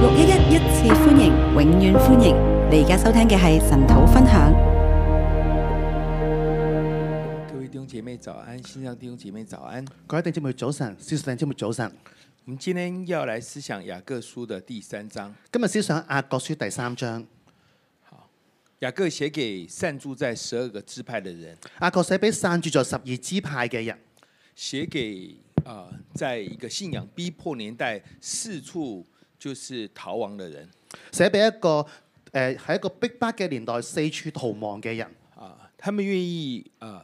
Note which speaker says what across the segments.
Speaker 1: 六一一一次歡迎，永遠歡迎！你而家收聽嘅係神土分享。
Speaker 2: 各位弟兄姐妹早安，新上弟兄姐妹早安。
Speaker 3: 各位弟兄姊妹早晨，小弟兄姊妹早晨。
Speaker 2: 我們今天要來思想雅各書的第三章。
Speaker 3: 今日思想雅各書第三章，
Speaker 2: 雅各寫給散住在十二個支派的人，
Speaker 3: 雅各寫俾散住在十二支派嘅人，
Speaker 2: 寫給啊、呃在一個信仰逼迫年代四處就是逃亡的人
Speaker 3: 寫俾一個誒喺、一個逼迫嘅年代四處逃亡嘅人，
Speaker 2: 啊、他們願意啊、呃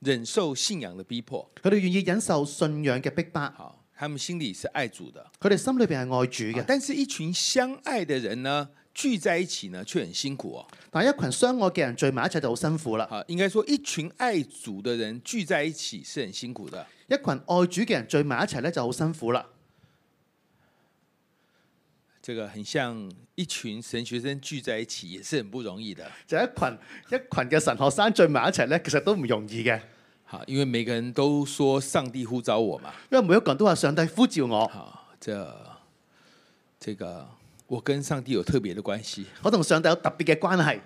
Speaker 2: 忍受信仰的逼迫，
Speaker 3: 佢哋願意忍受信仰嘅逼迫，
Speaker 2: 好，他們心裡是愛主的。啊
Speaker 3: 佢哋心裏邊係愛主嘅。
Speaker 2: 但是，一群相愛的人呢，聚在一起呢，卻很辛苦哦。
Speaker 3: 但係一群相愛嘅人聚埋一齊就好辛苦啦。
Speaker 2: 啊，應該說，一群愛主的人聚在一起是很辛苦的。
Speaker 3: 一群愛主嘅人聚埋一齊咧就好辛苦啦。
Speaker 2: 这个很像一群神学生聚在一起，也是很不容易的。
Speaker 3: 就一群一群嘅神學生聚埋一齊咧，其實都唔容易嘅，
Speaker 2: 好，因為每個人都說上帝呼召我嘛。
Speaker 3: 因為每一個人都話上帝呼召我，
Speaker 2: 好，這这个我跟上帝有特別的關係，
Speaker 3: 我同上帝有特別嘅關係，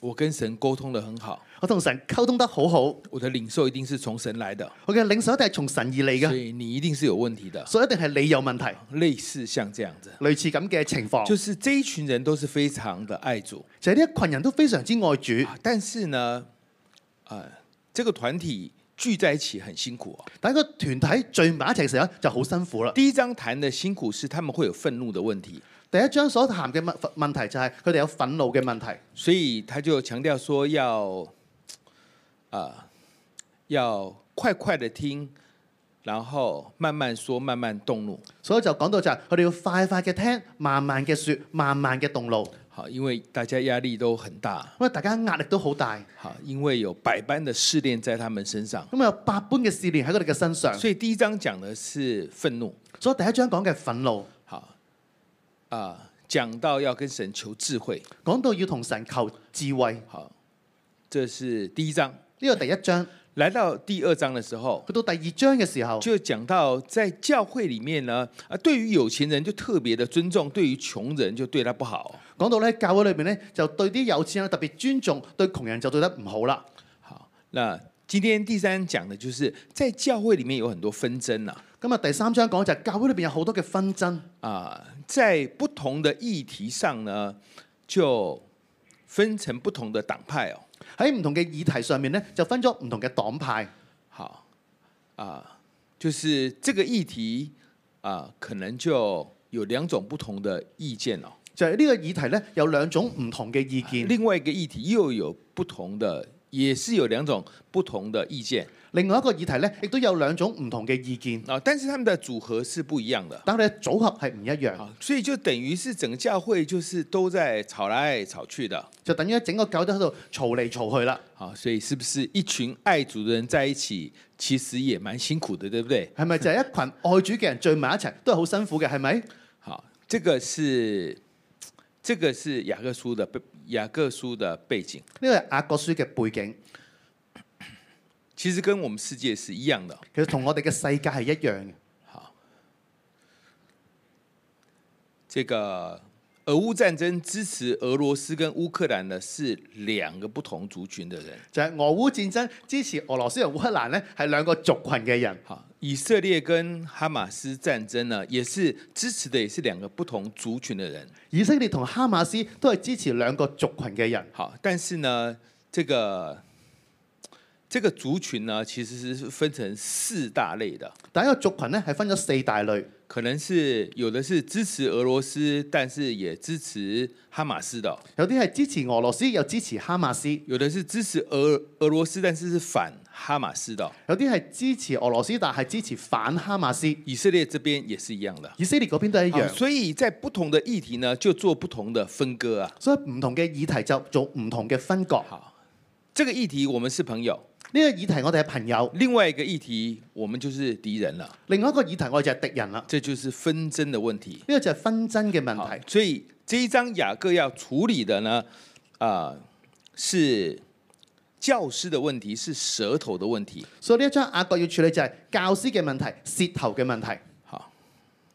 Speaker 2: 我跟神溝通得很好，
Speaker 3: 我同神溝通得好好。
Speaker 2: 我的領受一定是從神來的，
Speaker 3: 我嘅領手一定係從神而嚟
Speaker 2: 所
Speaker 3: 嘅，
Speaker 2: 以你一定是有問題的。
Speaker 3: 所以一定係你有問題，
Speaker 2: 類似像這樣子，
Speaker 3: 類似咁嘅情況。
Speaker 2: 就是這一群人都是非常的愛主，
Speaker 3: 就係呢一群人都非常之愛主，
Speaker 2: 啊但是呢，啊，這個團體聚在一起很辛苦哦。
Speaker 3: 但係個團體聚埋一齊嘅時候就好辛苦啦。
Speaker 2: 第一章談的辛苦是他們會有憤怒的問題。
Speaker 3: 第一章所談嘅問問題就係佢哋有憤怒嘅問題，
Speaker 2: 所以他就強調說要，啊、要快快的聽，然后慢慢說，慢慢動怒。
Speaker 3: 所以就講到就係佢哋要快快嘅聽，慢慢嘅説，慢慢嘅動怒，
Speaker 2: 好，因為大家壓力都很大，
Speaker 3: 因為大家壓力都好大，
Speaker 2: 好，因為有百般的試煉在他們身上。
Speaker 3: 咁有百般嘅試煉喺佢哋嘅身上。
Speaker 2: 所以第一章講的是憤怒，
Speaker 3: 所以第一章講嘅憤怒，
Speaker 2: 好，啊、講到要跟神求智慧，
Speaker 3: 講到要同神求智慧，
Speaker 2: 好，這是第一章。
Speaker 3: 呢個第一章。
Speaker 2: 來到第二章的時候，
Speaker 3: 去到第二章嘅時候，
Speaker 2: 就講到在教會裡面呢，啊，對於有錢人就特別的尊重，對於窮人就對他不好。
Speaker 3: 講到咧教會裏邊咧就對啲有錢人特別尊重，對窮人就對得唔好啦。
Speaker 2: 好，那今天第三講的就是在教會裡面有很多啊紛爭啦、
Speaker 3: 今日啊第三章講就係教會裏邊有好多嘅紛爭，
Speaker 2: 啊，在不同的議題上呢，就分成不同的黨派哦。
Speaker 3: 喺唔同嘅議題上面咧就分咗唔同嘅黨派，
Speaker 2: 好，啊，就是這個議題啊，可能就有兩種不同的意見哦。
Speaker 3: 就係呢個議題咧有兩種唔同嘅意見，
Speaker 2: 另外一個議題又有不同的，也是有兩種不同的意見
Speaker 3: 另外一個議題咧亦都有兩種唔同嘅意見，
Speaker 2: 啊，但是他們的組合是不一樣的
Speaker 3: 但係佢哋組合係唔一樣，
Speaker 2: 啊，所以就等於是整個教會就是都在吵來吵去的
Speaker 3: 就等於整個教都喺度嘈嚟嘈去啦。
Speaker 2: 啊，所以是不是一群愛主的人在一起，其實也蠻辛苦的，對不對？
Speaker 3: 係咪就係一群愛主嘅人聚埋一齊都係好辛苦嘅？係咪？
Speaker 2: 好，這個是這個是雅各書的背雅各書的背景，
Speaker 3: 呢個係雅各書嘅背景，
Speaker 2: 其實跟我們世界是一樣的。
Speaker 3: 其實同我哋嘅世界係一樣嘅。
Speaker 2: 這個俄烏戰爭支持俄羅斯跟烏克蘭的是兩個不同族群的人。
Speaker 3: 就係俄烏戰爭支持俄羅斯同烏克蘭咧，係兩個族群嘅人。
Speaker 2: 好，以色列跟哈馬斯戰爭呢，也是支持的也是兩個不同族群的人。
Speaker 3: 以色列同哈馬斯都係支持兩個族群嘅人，
Speaker 2: 好，但是呢，這個這個族群呢，其實是分成四大類的，
Speaker 3: 但係一個族群咧係分咗四大類，
Speaker 2: 可能是有的是支持俄羅斯，但是也支持哈馬斯的哦；
Speaker 3: 有啲係支持俄羅斯，又支持哈馬斯；
Speaker 2: 有的是支持俄俄羅斯，但是是反哈馬斯的哦。
Speaker 3: 有啲係支持俄羅斯，但係支持反哈馬斯。
Speaker 2: 以色列這邊也是一樣的。
Speaker 3: 以色列嗰邊都係一
Speaker 2: 好
Speaker 3: 樣，
Speaker 2: 啊所以在不同的議題呢，就做不同的分割啊。
Speaker 3: 所以唔同嘅議題就做唔同嘅分割。呢
Speaker 2: 好，這個議題我們是朋友，
Speaker 3: 個議題我哋係朋友，
Speaker 2: 另外一個議題我們就是敵人了，
Speaker 3: 另外一個議題我哋就係敵人啦。
Speaker 2: 這就是紛爭的問題。
Speaker 3: 呢個就係紛爭嘅問
Speaker 2: 好
Speaker 3: 題。，
Speaker 2: 所以這一章雅各要處理的呢，啊、是教師的問題，是舌頭的問題。
Speaker 3: 所以呢一章雅各要處理就係教師嘅問題、舌頭嘅問題。
Speaker 2: 好，啊、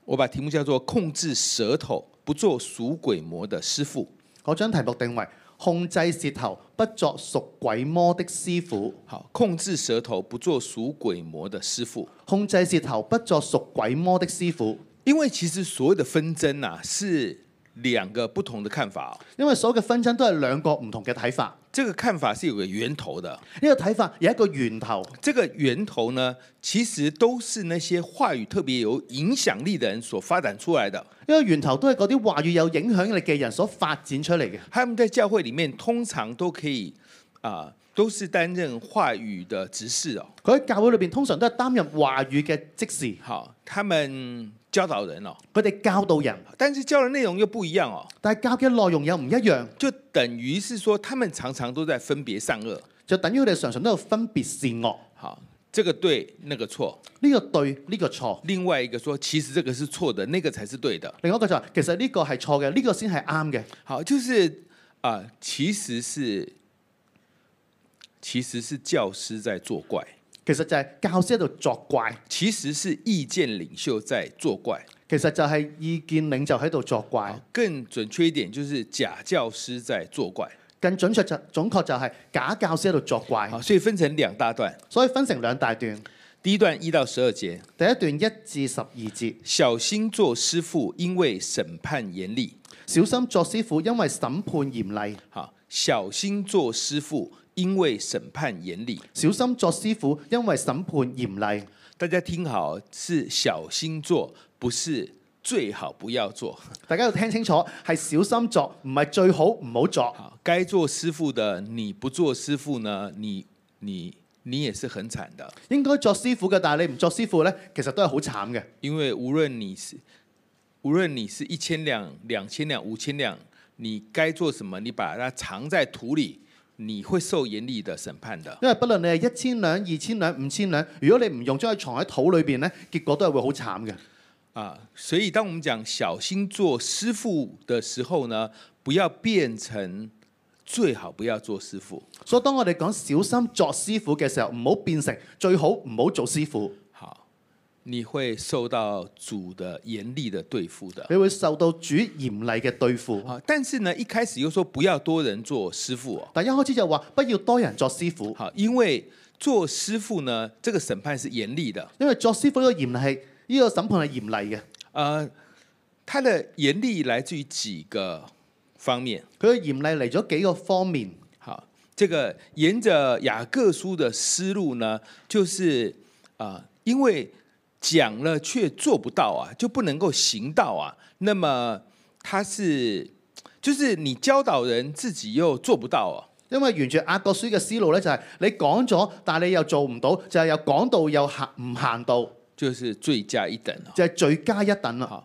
Speaker 2: 我把题目叫做“控制舌头，不做属鬼魔的师傅
Speaker 3: 嗰張題目定為控制舌頭，不作屬鬼魔的師傅；”。
Speaker 2: 好，控制舌头，不做属鬼魔的师傅。
Speaker 3: 控制舌頭，不作屬鬼魔的師傅。
Speaker 2: 因为其实所有的纷争呐、是两个不同的看法、哦。
Speaker 3: 因為所有嘅紛爭都係兩個唔同嘅睇法，
Speaker 2: 这个看法是有个源头的，
Speaker 3: 呢、個睇法有一個源頭。
Speaker 2: 这个源头呢，其实都是那些话语特别有影响力的人所发展出来的。
Speaker 3: 呢個源頭都係嗰啲話語有影響力嘅人所發展出嚟嘅。
Speaker 2: 他们在教会里面通常都可以啊、都是担任话语的执事哦。
Speaker 3: 佢喺教會裏邊通常都係擔任話語嘅職事，
Speaker 2: 好，他们教导人哦，
Speaker 3: 佢哋教導人，
Speaker 2: 但是教的内容又不一样哦，
Speaker 3: 但係教嘅內容又唔一樣，
Speaker 2: 就等于是说他们常常都在分别善恶，
Speaker 3: 就等於佢哋常常都有分別善惡。
Speaker 2: 好，这个对，那个错。
Speaker 3: 呢、個對，呢、個錯。
Speaker 2: 另外一个说，其实这个是错的，那个才是对的。
Speaker 3: 另外一個就係、其實呢個係錯嘅，呢、個先係啱嘅。
Speaker 2: 好，就是啊、其实是其实是教师在作怪，
Speaker 3: 其實就係教師喺度作怪，
Speaker 2: 其实是意见领袖在作怪。
Speaker 3: 其實就係意見領袖喺度作怪
Speaker 2: 好。，更准确一点，就是假教师在作怪。
Speaker 3: 更準確就準確就係假教師喺度作怪。
Speaker 2: 好，所以分成兩大段。
Speaker 3: 所以分成兩大段，
Speaker 2: 第一段一到十二节，
Speaker 3: 第一段一至十二節，
Speaker 2: 小心做师傅，因为审判严厉。
Speaker 3: 小心作師傅，因為審判嚴厲。
Speaker 2: 好，小心做师傅，因为审判严厉。
Speaker 3: 小心作師傅，因為審判嚴厲。
Speaker 2: 大家听好，是小心做，不是最好不要做。
Speaker 3: 大家要聽清楚，係小心作，唔係最好唔好作。
Speaker 2: 好，该做师傅的，你不做师傅呢，你你你也是很惨的，
Speaker 3: 應該作師傅嘅，但係你唔作師傅呢，其實都係好慘嘅。
Speaker 2: 因为无论你是无论你是一千两、两千两、五千两，你该做什么，你把它藏在土里，你会受严厉的审判的。
Speaker 3: 因為不論你係一千兩、二千兩、五千兩，如果你唔用將佢藏喺土裏邊呢，結果都係會好慘嘅。
Speaker 2: 啊，所以当我们讲小心做师傅的时候呢，不要变成最好不要做师傅。
Speaker 3: 所以當我哋講小心作師傅嘅時候，唔好變成最好唔好做師傅，
Speaker 2: 好，你会受到主的严厉的对付的。
Speaker 3: 你會受到主嚴厲嘅對付。
Speaker 2: 好，但是呢，一开始又说不要多人做师傅哦。
Speaker 3: 但一開始就話不要多人作師傅，
Speaker 2: 好，因为做师傅呢，这个审判是严厉的。
Speaker 3: 因為作師傅呢個嚴厲係呢、個審判係嚴厲嘅。
Speaker 2: 呃，它的严厉来自于几个方面。
Speaker 3: 佢嘅嚴厲嚟咗幾個方面。
Speaker 2: 好，这个沿着雅各书的思路呢，就是啊、因为讲了却做不到啊，就不能够行道啊。那么他是，就是你教导人自己又做不到哦、
Speaker 3: 因為沿住雅各書嘅思路咧，就係、你講咗，但係你又做唔到，就係、又講到又行唔行到，
Speaker 2: 就是罪加一等哦。
Speaker 3: 就係、罪加一等啦。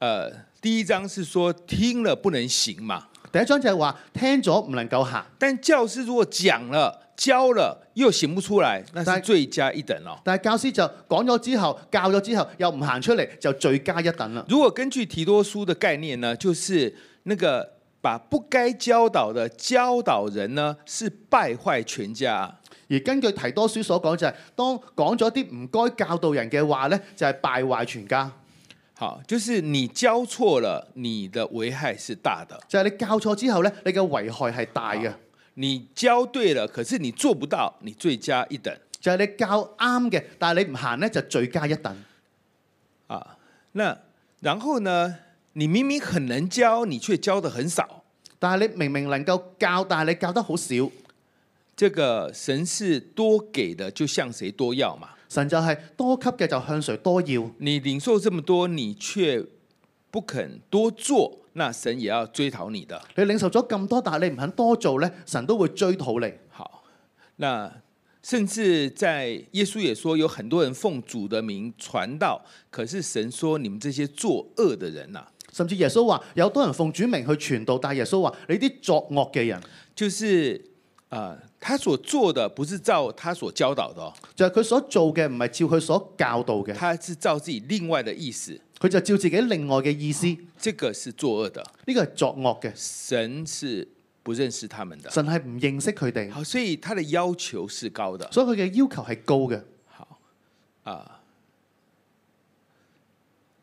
Speaker 2: 呃，第一章是说听了不能行嘛，
Speaker 3: 第一章就係話聽咗唔能夠行，
Speaker 2: 但教师如果讲了、教了又行不出来，那是
Speaker 3: 但
Speaker 2: 罪加一等哦。
Speaker 3: 但係教師就講咗之後，教咗之後又唔行出嚟，就罪加一等啦。
Speaker 2: 如果根据提多书的概念呢，就是那个把不该教导的教导人呢，是败坏全家啊。
Speaker 3: 而根據提多書所講就係、當講咗啲唔該教導人嘅話咧，就係、敗壞全家，
Speaker 2: 好，就是你教错了，你的危害是大的；
Speaker 3: 就係、你教錯之後咧，你嘅危害係大嘅。
Speaker 2: 你教对了，可是你做不到，你罪加一等
Speaker 3: 就係、你教啱嘅，但係你唔行咧就罪加一等。
Speaker 2: 啊。那然后呢，你明明很能教，你却教的很少。
Speaker 3: 但係你明明能夠教，但係你教得好少。
Speaker 2: 这个神是多给的，就向谁多要嘛。
Speaker 3: 神就係多給嘅就向誰多要，
Speaker 2: 你领受这么多，你却不肯多做，那神也要追讨你的。
Speaker 3: 你領受咗咁多，但係你唔肯多做呢，神都會追討你。
Speaker 2: 好，那甚至在耶稣也说，有很多人奉主的名传道，可是神说你们这些作恶的人呐、
Speaker 3: 甚至耶穌話有多人奉主名去傳道，但係耶穌話你啲作惡嘅人，
Speaker 2: 就是啊、呃他所做的不是照他所教导的、哦，
Speaker 3: 就係佢所做嘅唔係照佢所教導嘅，
Speaker 2: 他是照自己另外的意思，
Speaker 3: 佢就照自己另外嘅意思。呢
Speaker 2: 这个是作恶的，
Speaker 3: 個係作惡嘅，
Speaker 2: 神是不认识他们的。
Speaker 3: 神係唔認識佢哋，
Speaker 2: 好，所以他的要求是高的。
Speaker 3: 所以佢嘅要求係高嘅。
Speaker 2: 好啊、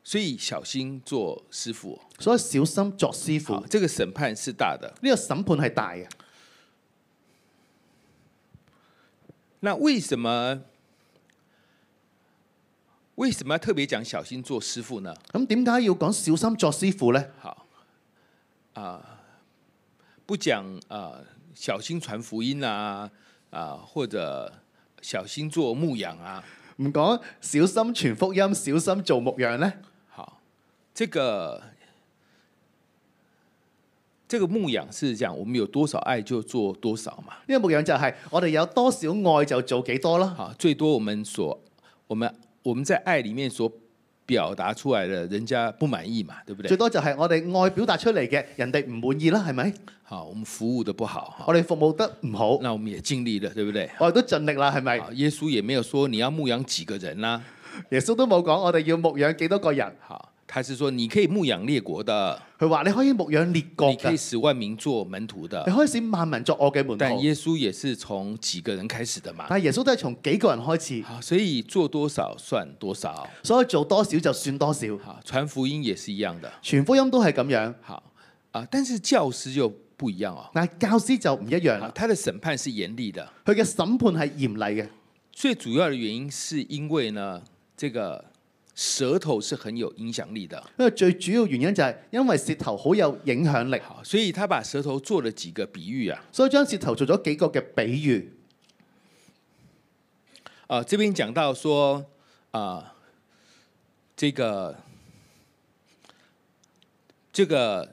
Speaker 2: 所以小心做师傅。哦
Speaker 3: 所以小心作師傅。
Speaker 2: 好，
Speaker 3: 呢
Speaker 2: 这个审判是大的。
Speaker 3: 個審判係大嘅。
Speaker 2: 那为什么为什么要特别講小心做师傅呢？
Speaker 3: 咁點解要講小心作師傅呢？
Speaker 2: 好啊、啊不講啊、小心傳福音啊啊、或者小心做牧羊啊。
Speaker 3: 唔講小心傳福音、小心做牧羊呢？
Speaker 2: 好，这个这个牧羊是讲我们有多少爱就做多少嘛。
Speaker 3: 呢個牧羊就係我哋有多少愛就做幾多啦。
Speaker 2: 好，最多我们所我们我们在爱里面所表達出來的，人家不滿意嘛，对不
Speaker 3: 最
Speaker 2: 对？
Speaker 3: 多就係我哋愛表達出嚟嘅，人哋唔滿意啦，係咪？
Speaker 2: 好，我們服務的不好哈，
Speaker 3: 我哋服務得唔好，
Speaker 2: 那我們也盡力了，對不對？
Speaker 3: 我哋都盡力啦，係咪？
Speaker 2: 好，耶穌也沒有說你要牧羊幾個人啦、
Speaker 3: 耶穌都冇講我哋要牧養幾多個人，
Speaker 2: 好，他是說你可以牧羊列國的，
Speaker 3: 佢話你可以牧養列國
Speaker 2: 你可以
Speaker 3: 嘅，
Speaker 2: 使萬民做門徒
Speaker 3: 你
Speaker 2: 的。
Speaker 3: 可以使萬民作我嘅門
Speaker 2: 但
Speaker 3: 徒。
Speaker 2: 耶穌也是從幾個人開始的嘛。
Speaker 3: 但係耶穌都係從幾個人開始，
Speaker 2: 好，所以做多少算多少。
Speaker 3: 所以做多少就算多少。
Speaker 2: 好，傳福音也是一樣的。
Speaker 3: 全福音都係咁樣，
Speaker 2: 好啊，但是教師就不一樣哦。
Speaker 3: 但係教師就唔一樣
Speaker 2: 啊
Speaker 3: 啦。
Speaker 2: 他的審判是嚴厲的。
Speaker 3: 佢嘅審判係嚴厲嘅，
Speaker 2: 最主要的原因是因為呢，這個舌頭是很有影響力的。
Speaker 3: 因為最主要原因就係因為舌頭好有影響力，
Speaker 2: 好，所以他把舌頭做了幾個比喻啊。
Speaker 3: 所以將舌頭做咗幾個嘅比喻。
Speaker 2: 啊、這邊講到說啊、這個這個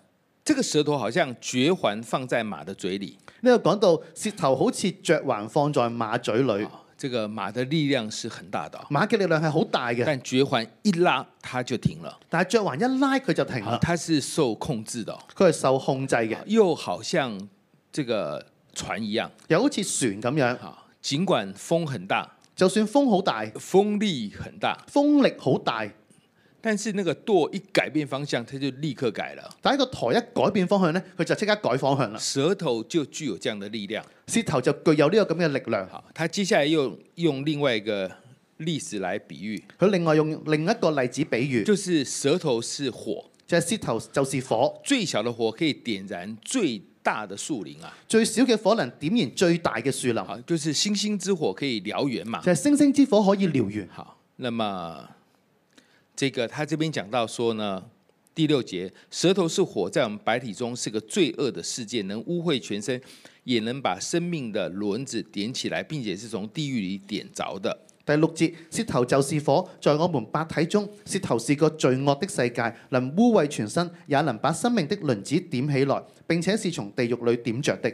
Speaker 2: 這個舌頭好像絕環放在馬的嘴裡，
Speaker 3: 呢度講到舌頭好似雀環放在馬嘴裏，
Speaker 2: 啊這個馬的力量是很大的哦，
Speaker 3: 馬嘅力量係好大嘅，
Speaker 2: 但絕環一拉它就停了，
Speaker 3: 但係雀環一拉佢就停
Speaker 2: 好
Speaker 3: 啦，
Speaker 2: 它是受控制的哦、
Speaker 3: 佢係受控制嘅，
Speaker 2: 又好像這個船一樣。
Speaker 3: 又好似船咁樣。
Speaker 2: 好，尽管风很大，
Speaker 3: 就算風好大，
Speaker 2: 风力很大，
Speaker 3: 風力好大，
Speaker 2: 但是那个舵一改变方向，它就立刻改了。
Speaker 3: 但係個台一改變方向呢，佢就即刻改方向啦。
Speaker 2: 舌头就具有这样的力量。
Speaker 3: 舌頭就具有呢個咁嘅力量。
Speaker 2: 好，他接下来又用另外一个例子来比喻，
Speaker 3: 佢另外用另一個例子比喻，
Speaker 2: 就是舌头是火，
Speaker 3: 就係、舌頭就是火，
Speaker 2: 最小的火可以点燃最大的树林啊。
Speaker 3: 最小嘅火能點燃最大嘅樹林，
Speaker 2: 好，就是星星之火可以燎原嘛。
Speaker 3: 就係、星星之火可以燎原。
Speaker 2: 好，那么这个他这边讲到说呢，第六节，舌头是火，在我们百体中是个罪恶的世界，能污秽全身，也能把生命的轮子点起来，并且是从地狱里点着的。
Speaker 3: 第六節，舌頭就是火，在我們百體中，舌頭是個罪惡的世界，能污穢全身，也能把生命的輪子點起來，並且是從地獄裏點着的。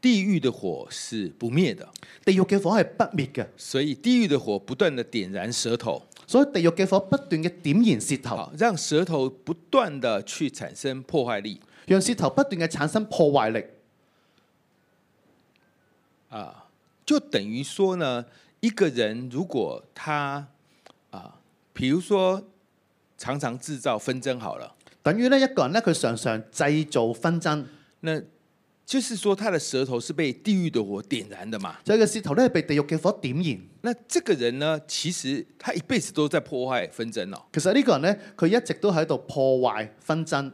Speaker 2: 地狱的火是不灭的，
Speaker 3: 地獄嘅火係不滅嘅，
Speaker 2: 所以地狱的火不断的点燃舌头，
Speaker 3: 所以地獄嘅火不斷嘅點燃舌頭，
Speaker 2: 好让舌头不断的去产生破坏力
Speaker 3: 讓舌頭不斷嘅產生破壞力，
Speaker 2: 啊，就等于说呢，一个人如果他啊，比如说常常制造纷争好了。
Speaker 3: 等於呢一個人呢，佢常常製造紛爭。
Speaker 2: 那就是说他的舌头是被地狱的火点燃的嘛。
Speaker 3: 所以個舌頭咧被地獄嘅火點燃。
Speaker 2: 那这个人呢，其实他一辈子都在破坏纷争哦，
Speaker 3: 其實呢個人咧，佢一直都喺度破壞紛爭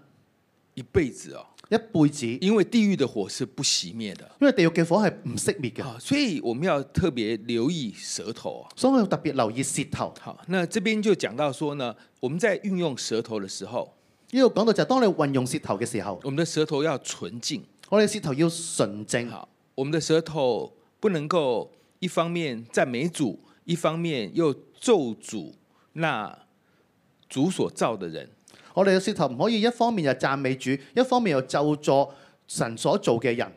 Speaker 2: 一辈子哦，
Speaker 3: 一輩子，因
Speaker 2: 因为地狱的火是不熄灭的
Speaker 3: 為地獄嘅火係唔熄滅嘅，
Speaker 2: 啊，所以我们要特别留意舌头啊。
Speaker 3: 所以我要特別留意舌頭。
Speaker 2: 好，那这边就讲到说呢，我们在運用舌头的时候，
Speaker 3: 呢度講到就係當你運用舌頭嘅時候，
Speaker 2: 我们的舌头要纯净，
Speaker 3: 我哋舌頭要純正，
Speaker 2: 好，我们的舌头不能够一方面赞美主，一方面又咒主那主所造的人。
Speaker 3: 我哋嘅舌頭唔可以一方面又讚美主，一方面又咒助神所做嘅人，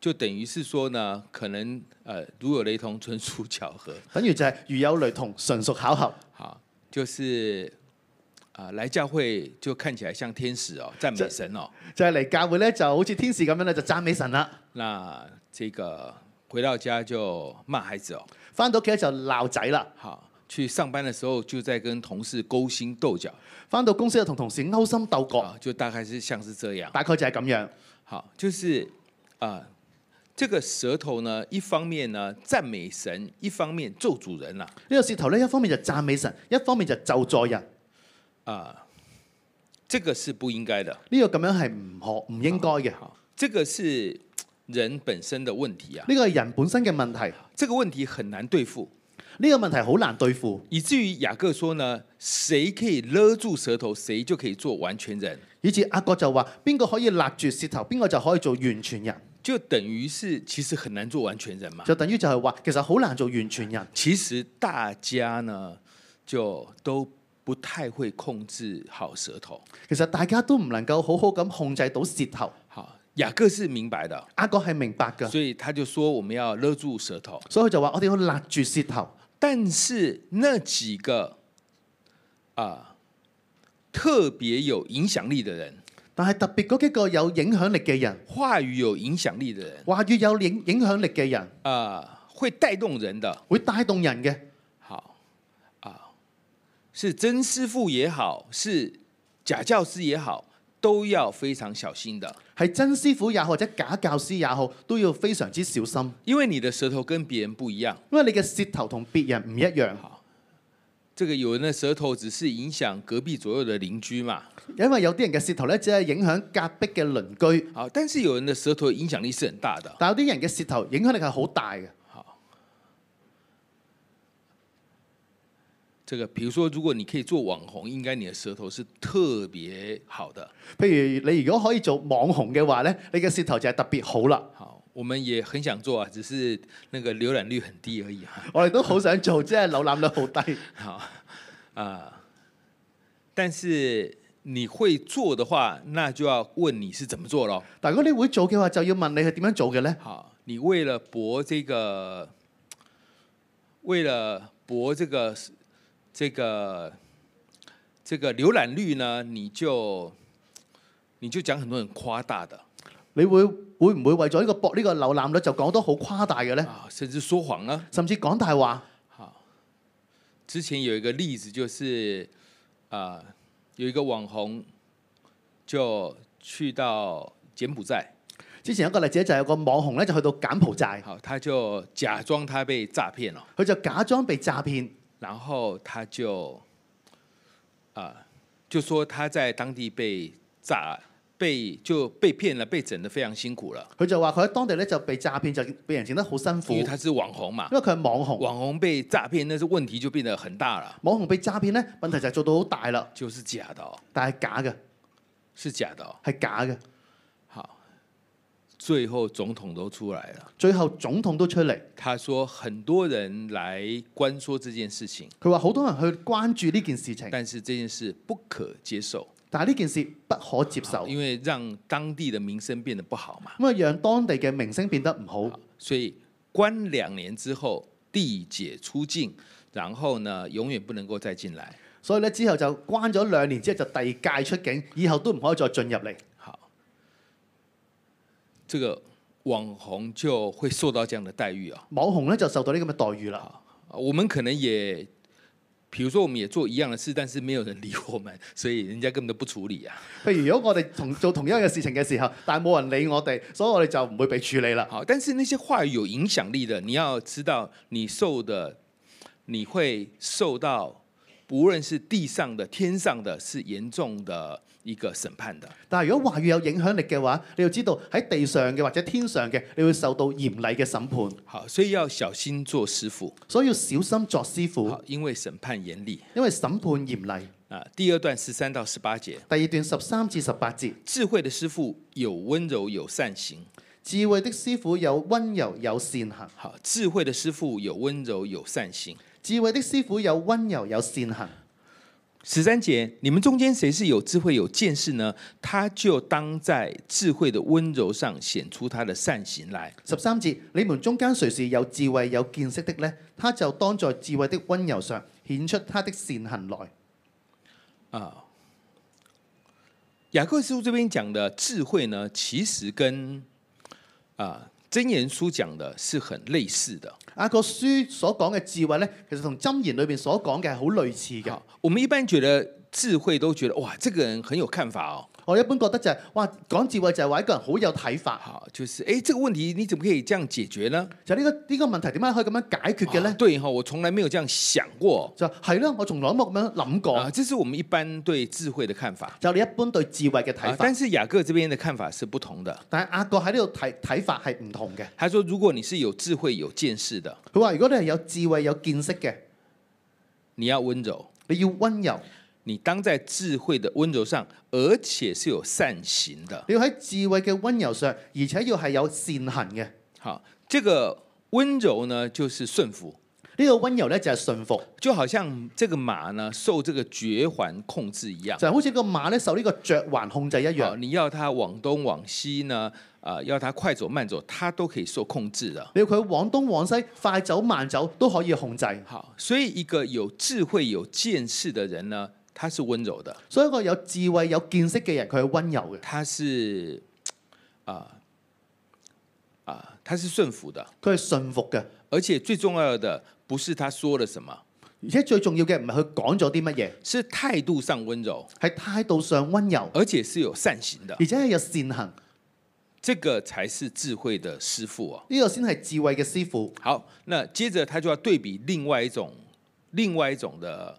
Speaker 2: 就等于是说呢，可能呃，如有雷同，纯属巧合。
Speaker 3: 等於就係如有雷同，純屬巧合。
Speaker 2: 好，就是啊、来教会就看起来像天使哦，赞美神哦。
Speaker 3: 就係嚟教會咧，就好似天使咁樣咧，就讚美神啦。
Speaker 2: 那这个回到家就骂孩子哦。
Speaker 3: 翻到屋企咧就鬧仔啦，
Speaker 2: 好，去上班的时候就在跟同事勾心斗角
Speaker 3: 翻到公司就同同事勾心鬥角，
Speaker 2: 啊，就大概是像是这样。
Speaker 3: 大概就係咁樣。
Speaker 2: 好，就是啊、这个舌头呢，一方面呢赞美神，一方面咒主人啦、
Speaker 3: 呢個舌頭咧，一方面就讚美神，一方面就咒助人。
Speaker 2: 啊，这个是不应该的。
Speaker 3: 呢、個咁樣係唔可唔應該嘅。呢
Speaker 2: 好，这个是人本身的问题啊，
Speaker 3: 個係人本身嘅問題，
Speaker 2: 这个问题很难对付，
Speaker 3: 呢、個問題好難對付，
Speaker 2: 以至于雅各说呢，谁可以勒住舌头，谁就可以做完全人，
Speaker 3: 以至阿國就話：邊個可以勒住舌頭，邊個就可以做完全人，
Speaker 2: 就等于是其实很難做完全人嘛。
Speaker 3: 就等於就係話其實好難做完全人。
Speaker 2: 其实大家呢，就都不太会控制好舌头。
Speaker 3: 其實大家都唔能夠好好咁控制到舌頭。
Speaker 2: 好，雅各是明白的，
Speaker 3: 阿國係明白㗎，
Speaker 2: 所以他就说我们要勒住舌头。
Speaker 3: 所以佢就話：我哋要勒住舌頭。
Speaker 2: 但是那几个啊、特别有影响力的人，
Speaker 3: 但係特別嗰幾個有影響力嘅人，
Speaker 2: 话语有影响力的人
Speaker 3: 話語有影影響力嘅人，
Speaker 2: 啊、会带动人的。
Speaker 3: 會帶動人嘅。
Speaker 2: 好啊、是真师傅也好，是假教师也好，都要非常小心的。
Speaker 3: 係真師傅也好，或者假教師也好，都要非常之小心，
Speaker 2: 因为你的舌头跟别人不一样。
Speaker 3: 因為你嘅舌頭同別人唔一樣。
Speaker 2: 这个有人的舌头只是影响隔壁左右的邻居嘛，
Speaker 3: 因為有啲人嘅舌頭咧，只係影響隔壁嘅鄰居，
Speaker 2: 好，但是有人的舌頭影響力是很大的。
Speaker 3: 但有啲人嘅舌頭影響力係好大嘅。
Speaker 2: 这个，比如說，如果你可以做網紅，應該你的舌頭是特別好的。
Speaker 3: 譬如你如果可以做網紅嘅話咧，你嘅舌頭就係特別好啦。
Speaker 2: 好，我們也很想做啊，只是那個瀏覽率很低而已啊。
Speaker 3: 我哋都好想做，即係瀏覽率好低。
Speaker 2: 啊但是你會做的話，那就要問你是怎麼做咯。
Speaker 3: 但如果你會做嘅話，就要問你係點樣做嘅咧？
Speaker 2: 好，你為了博這個，為了博這個這个这个瀏覽率呢，你就你就講很多很誇大的
Speaker 3: 你會會唔會為咗呢個博呢個瀏覽率就講得好誇大嘅咧？
Speaker 2: 啊，甚至說謊呢。
Speaker 3: 甚至講大話。
Speaker 2: 之前有一個例子就是啊、有一個網紅就去到柬埔寨，
Speaker 3: 之前有一個例子就係有個網紅咧，就去到柬埔寨，
Speaker 2: 好，他就假裝他被詐騙了。
Speaker 3: 佢就假裝被詐騙，
Speaker 2: 然后他就啊、就说他在当地被诈、被就被骗了，被整得非常辛苦了，
Speaker 3: 佢就話佢喺當地咧就被詐騙，就被人整得好辛苦，
Speaker 2: 因为
Speaker 3: 因為
Speaker 2: 他是網紅嘛。
Speaker 3: 佢係網紅。
Speaker 2: 網紅被詐騙，那是問題就變得很大了，
Speaker 3: 網紅被詐騙咧，問題就係做到好大啦，
Speaker 2: 就是假的、哦，
Speaker 3: 但係假嘅，
Speaker 2: 是假的、哦。
Speaker 3: 係假嘅。
Speaker 2: 好，最後總統都出來了，
Speaker 3: 最後總統都出嚟，
Speaker 2: 他說很多人來關說這件事情，
Speaker 3: 佢話好多人去關注呢件事情，
Speaker 2: 但是這件事不可接受，
Speaker 3: 但係呢件事不可接受，
Speaker 2: 因為讓當地的名聲變得不好嘛。
Speaker 3: 咁啊讓當地嘅明星變得唔好。
Speaker 2: 所以关两年之后，地解出境，然后呢，永远不能够再進來。
Speaker 3: 所以咧之後就關咗兩年之後就遞界出境，以後都唔可以再進入嚟。
Speaker 2: 好，这个网红就会受到这样的待遇啊。
Speaker 3: 網紅咧就受到呢咁嘅待遇啦。
Speaker 2: 我们可能也，比如说我们也做一样的事，但是没有人理我们，所以人家根本都不處理啊。
Speaker 3: 譬如如果我哋同做同樣嘅事情嘅時候，但係冇人理我哋，所以我哋就唔會被處理啦。
Speaker 2: 好，但是那些话语有影響力的，你要知道，你受的，你会受到。无论是地上的、天上的，是嚴重的一個審判的。
Speaker 3: 但係如果話語有影響力嘅話，你要知道喺地上嘅或者天上嘅，你會受到嚴厲嘅審判，
Speaker 2: 好，所以要小心做师傅，
Speaker 3: 所以要小心作師傅，
Speaker 2: 好，因为审判严厉
Speaker 3: 因為審判嚴厲。
Speaker 2: 啊。第二段十三到十八节，
Speaker 3: 第二段十三至十八節，
Speaker 2: 智慧的师傅有温柔有善行，
Speaker 3: 智慧的師傅有温柔有善行，
Speaker 2: 好，智慧的师傅有温柔有善行。
Speaker 3: 智慧的師傅有温柔有善行。
Speaker 2: 十三节，你们中间谁是有智慧有见识呢？他就当在智慧的温柔上显出他的善行来。
Speaker 3: 十三節，你們中間誰是有智慧有見識的呢？他就當在智慧的温柔上顯出他的善行來。
Speaker 2: 雅各书这边讲的智慧呢，其实跟啊箴言书讲的是很类似的。
Speaker 3: 雅各啊書所講嘅智慧咧，其實同箴言裏邊所講嘅係好類似嘅。
Speaker 2: 好，我们一般觉得智慧都觉得哇，这个人很有看法哦。
Speaker 3: 我一般覺得就係、哇，講智慧就係話一個人好有睇法。
Speaker 2: 好，就是哎，这个问题你怎么可以这样解决呢？
Speaker 3: 就呢、個呢、個問題點解可以咁樣解決嘅
Speaker 2: 啊
Speaker 3: 咧？
Speaker 2: 对哈，我从来没有这样想过
Speaker 3: 就係咯，我從來都冇咁樣諗過。
Speaker 2: 啊，这是我們一般對智慧的看法
Speaker 3: 就你一般對智慧嘅
Speaker 2: 啊
Speaker 3: 睇。法，
Speaker 2: 但是雅各這邊的看法是不同的。
Speaker 3: 但係阿國喺呢度睇睇法係唔同嘅。
Speaker 2: 他說，如果你是有智慧、有见识的，
Speaker 3: 佢話：如果你係有智慧、有見識嘅，
Speaker 2: 你要温柔，
Speaker 3: 你要温柔，
Speaker 2: 你當在智慧的温柔上，而且是有善行的。
Speaker 3: 你要喺智慧嘅温柔上，而且要係有善行嘅。
Speaker 2: 好，這個温柔呢，就是順服，
Speaker 3: 呢、個温柔咧就係信服，
Speaker 2: 就好像這個馬呢受這個絕環控制一樣。
Speaker 3: 就係好似個馬咧受呢個雀環控制一
Speaker 2: 好，
Speaker 3: 樣。
Speaker 2: 你要它往東往西呢，啊、要它快走慢走，它都可以受控制的。
Speaker 3: 你要佢往東往西、快走慢走都可以控制。
Speaker 2: 好，所以一個有智慧、有见識的人呢，他是温柔的，
Speaker 3: 所以一個有智慧、有見識嘅人，佢係温柔嘅，
Speaker 2: 他是啊啊、他是順服的，
Speaker 3: 佢係信服嘅。
Speaker 2: 而且最重要的不是他說了什麼，
Speaker 3: 而且最重要嘅唔係佢講咗啲乜嘢，
Speaker 2: 是態度上温柔，
Speaker 3: 係態度上温柔，
Speaker 2: 而且是有善行的，
Speaker 3: 而且係有善行。
Speaker 2: 這個才是智慧的師傅哦。
Speaker 3: 呢個先係智慧嘅師傅。
Speaker 2: 好，那接着他就要對比另外一種，另外一種的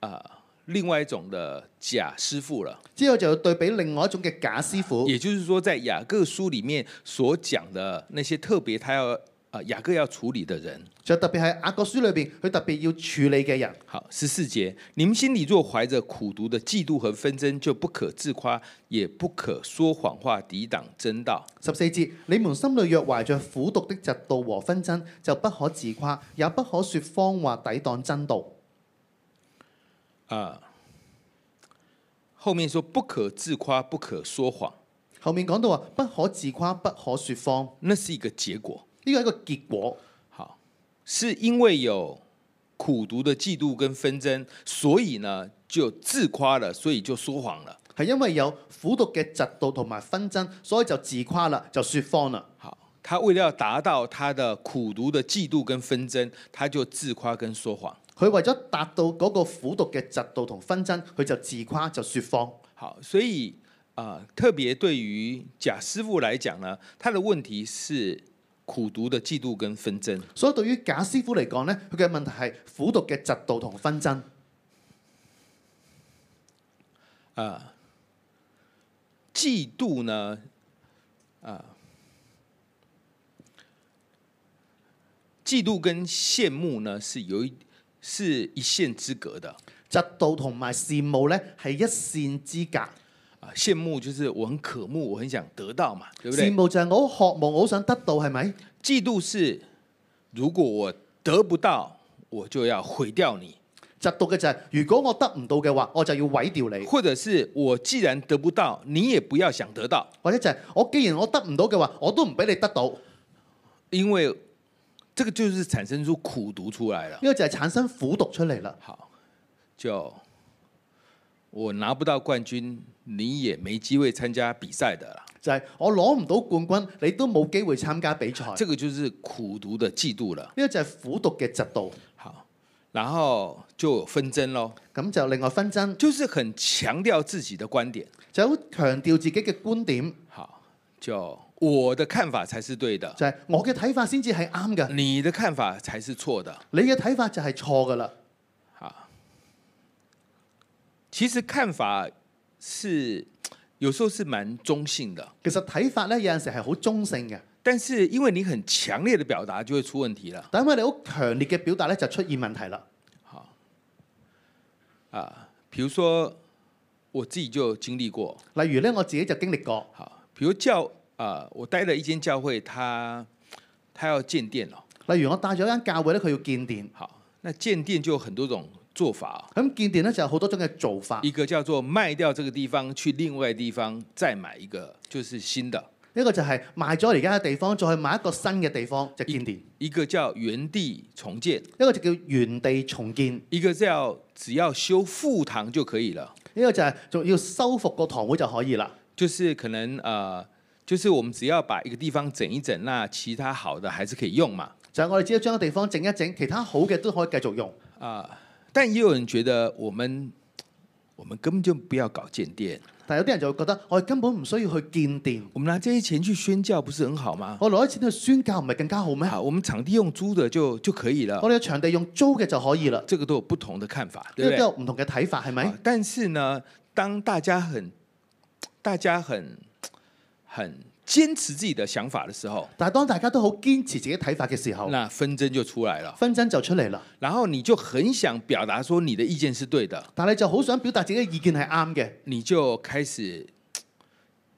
Speaker 2: 啊、另外一種的假師傅了。
Speaker 3: 之後就要對比另外一種嘅假師傅，
Speaker 2: 也就是说，在雅各书里面所讲的那些特别他要啊雅各要处理的人，
Speaker 3: 就特別係雅各書裏邊佢特別要處理嘅人。
Speaker 2: 好十四节，你们心里若怀着苦毒的嫉妒和纷争，就不可自夸，也不可说谎话抵挡真道。
Speaker 3: 十四節，你們心裏若懷着苦毒的嫉妒和紛爭，就不可自誇，也不可説謊話抵擋真道。
Speaker 2: 啊后面说不可自夸，不可说谎，
Speaker 3: 後面講到話不可自誇，不可説謊，
Speaker 2: 那是一个结果。
Speaker 3: 呢個係一個結果，
Speaker 2: 好，是因为有苦毒的嫉妒跟纷争，所以呢就自夸了，所以就说谎了。
Speaker 3: 係因為有苦毒嘅嫉妒同埋紛爭，所以就自誇啦，就説謊啦。
Speaker 2: 好，他为了要达到他的苦读的嫉妒跟纷爭，他就自夸跟说谎。
Speaker 3: 佢為咗達到嗰個苦毒嘅嫉妒同紛爭，佢就自誇就説謊。
Speaker 2: 好，所以啊、呃特別對於贾師傅来講呢，他的問題是苦讀的嫉妒跟紛爭。
Speaker 3: 所以對於假師傅嚟講咧，佢嘅問題係苦毒嘅嫉妒同紛爭。
Speaker 2: 嫉妒呢，呃啊、嫉妒跟羨慕呢是有一是一線之隔的
Speaker 3: 嫉妒同埋羨慕咧係一線之隔。
Speaker 2: 啊。羨慕就是我很渴慕，我很想得到嘛，對不對
Speaker 3: 羨？慕就係我好渴望，我好想得到，係咪？
Speaker 2: 嫉妒是，如果我得不到，我就要毁掉你；
Speaker 3: 嫉妒嘅就係、如果我得唔到嘅話，我就要毀掉你，
Speaker 2: 或者是我既然得不到，你也不要想得到，
Speaker 3: 或者就係、我既然我得唔到嘅話，我都唔俾你得到。呢、
Speaker 2: 因为这个就是产生出苦毒出来了。
Speaker 3: 個就係產生苦毒出嚟啦。
Speaker 2: 好，就我拿不到冠军，你也没机会参加比赛的啦。
Speaker 3: 就係、我攞唔到冠軍，你都冇機會參加比賽。呢、
Speaker 2: 这个就是苦毒的嫉妒了。
Speaker 3: 個就係苦毒嘅嫉妒。
Speaker 2: 好，然后就有纷争喽，
Speaker 3: 咁就另外紛爭，
Speaker 2: 就是很強調自己的觀点。
Speaker 3: 就好強調自己嘅觀點，
Speaker 2: 好，就我的看法才是對的。
Speaker 3: 就係、我嘅睇法先至係啱嘅，
Speaker 2: 你的看法才是错的。
Speaker 3: 你嘅睇法就係錯㗎啦。
Speaker 2: 其实看法是有时候是蠻中性的，
Speaker 3: 其實睇法咧有陣時係好中性嘅，
Speaker 2: 但是因为你很強烈的表達，就會出問題了。
Speaker 3: 但因為你好強烈嘅表達咧就出現問題啦。
Speaker 2: 比如說我自己就经歷過，
Speaker 3: 例如咧，我自己就經歷過，
Speaker 2: 好，比如教啊、呃我待了一間教會，他他要建店了，
Speaker 3: 例如我帶咗間教會咧，佢要建殿，
Speaker 2: 好，那建店就有很多種做法哦、哦
Speaker 3: 咁建殿咧就有好多種嘅做法，
Speaker 2: 一個叫做賣掉這個地方，去另外地方再買一個，就是新的；
Speaker 3: 一個就係賣咗而家嘅地方，再去買一個新嘅地方就建殿，
Speaker 2: 一個叫原地重建，
Speaker 3: 一個就叫原地重建，
Speaker 2: 一個叫只要修复堂就可以了。
Speaker 3: 一個就係仲要修復個堂會就可以啦。
Speaker 2: 就是可能呃，就是我们只要把一个地方整一整，那其他好的还是可以用嘛。
Speaker 3: 就係我哋只要將個地方整一整，其他好嘅都可以繼續用。
Speaker 2: 但也有人觉得我们我们根本就不要搞建店，
Speaker 3: 但係有啲人就會覺得我哋根本唔需要去建殿，
Speaker 2: 我们拿这些錢去宣教，不是很好嗎？
Speaker 3: 我攞啲錢去宣教唔係更加好咩？
Speaker 2: 好，我们場地用租的就就可以了
Speaker 3: 我。哋嘅場地用租嘅就可以啦，
Speaker 2: 這個都有不同的看法，
Speaker 3: 呢
Speaker 2: 對
Speaker 3: 個
Speaker 2: 不
Speaker 3: 都
Speaker 2: 對？
Speaker 3: 有唔同嘅睇法係咪？
Speaker 2: 啊但是呢，当大家很、大家很、很坚持自己的想法的时候，
Speaker 3: 但係當大家都好堅持自己睇法嘅時候，
Speaker 2: 那紛爭就出來了。
Speaker 3: 紛爭就出嚟啦。
Speaker 2: 然后你就很想表達说你的意見是對的，
Speaker 3: 但係你就好想表達自己嘅意見係啱嘅，
Speaker 2: 你就开始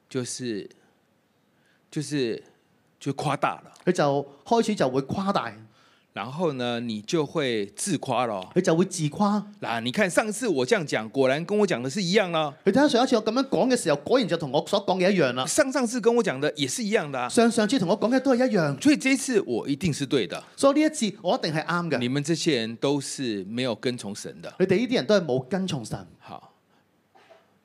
Speaker 2: 就是就是就夸大了。
Speaker 3: 佢就開始就會誇大，
Speaker 2: 然后呢，你就会自夸了。
Speaker 3: 佢就會自誇。
Speaker 2: 嗱，你看上次我這樣講，果然跟我講的是一樣咯。
Speaker 3: 佢睇下上一次我咁樣講嘅時候，果然就同我所講嘅一樣啦。
Speaker 2: 上上次跟我講的也是一樣的啊、
Speaker 3: 上上次同我講嘅都係一樣，
Speaker 2: 所以這一次我一定是對的。
Speaker 3: 所以呢一次我一定係啱嘅。
Speaker 2: 你們這些人都是沒有跟從神的，
Speaker 3: 你哋呢啲人都係冇跟從神，
Speaker 2: 好，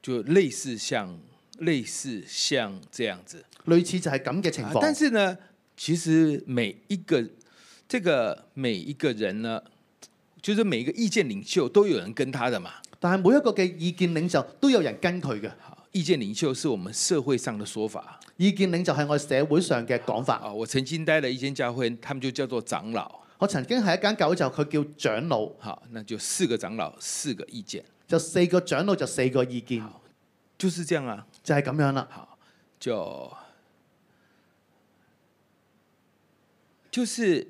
Speaker 2: 就類似像類似像這樣子。
Speaker 3: 類似就係咁嘅情
Speaker 2: 啊
Speaker 3: 況。
Speaker 2: 但是呢，其實每一個這個每一個人呢，就是每一個意見領袖都有人跟他的嘛。
Speaker 3: 但係每一個嘅意見領袖都有人跟佢嘅，
Speaker 2: 好，意見領袖是我們社會上的說法
Speaker 3: 意見領袖係我哋社會上嘅講法。
Speaker 2: 啊。我曾經待了一間教會，他們就叫做長老。
Speaker 3: 我曾經喺一間教會就佢叫長老，
Speaker 2: 好，那就四個長老，四個意見，
Speaker 3: 就四個長老就四個意見，
Speaker 2: 就是這樣啊。
Speaker 3: 就係咁樣啦。
Speaker 2: 好，就就是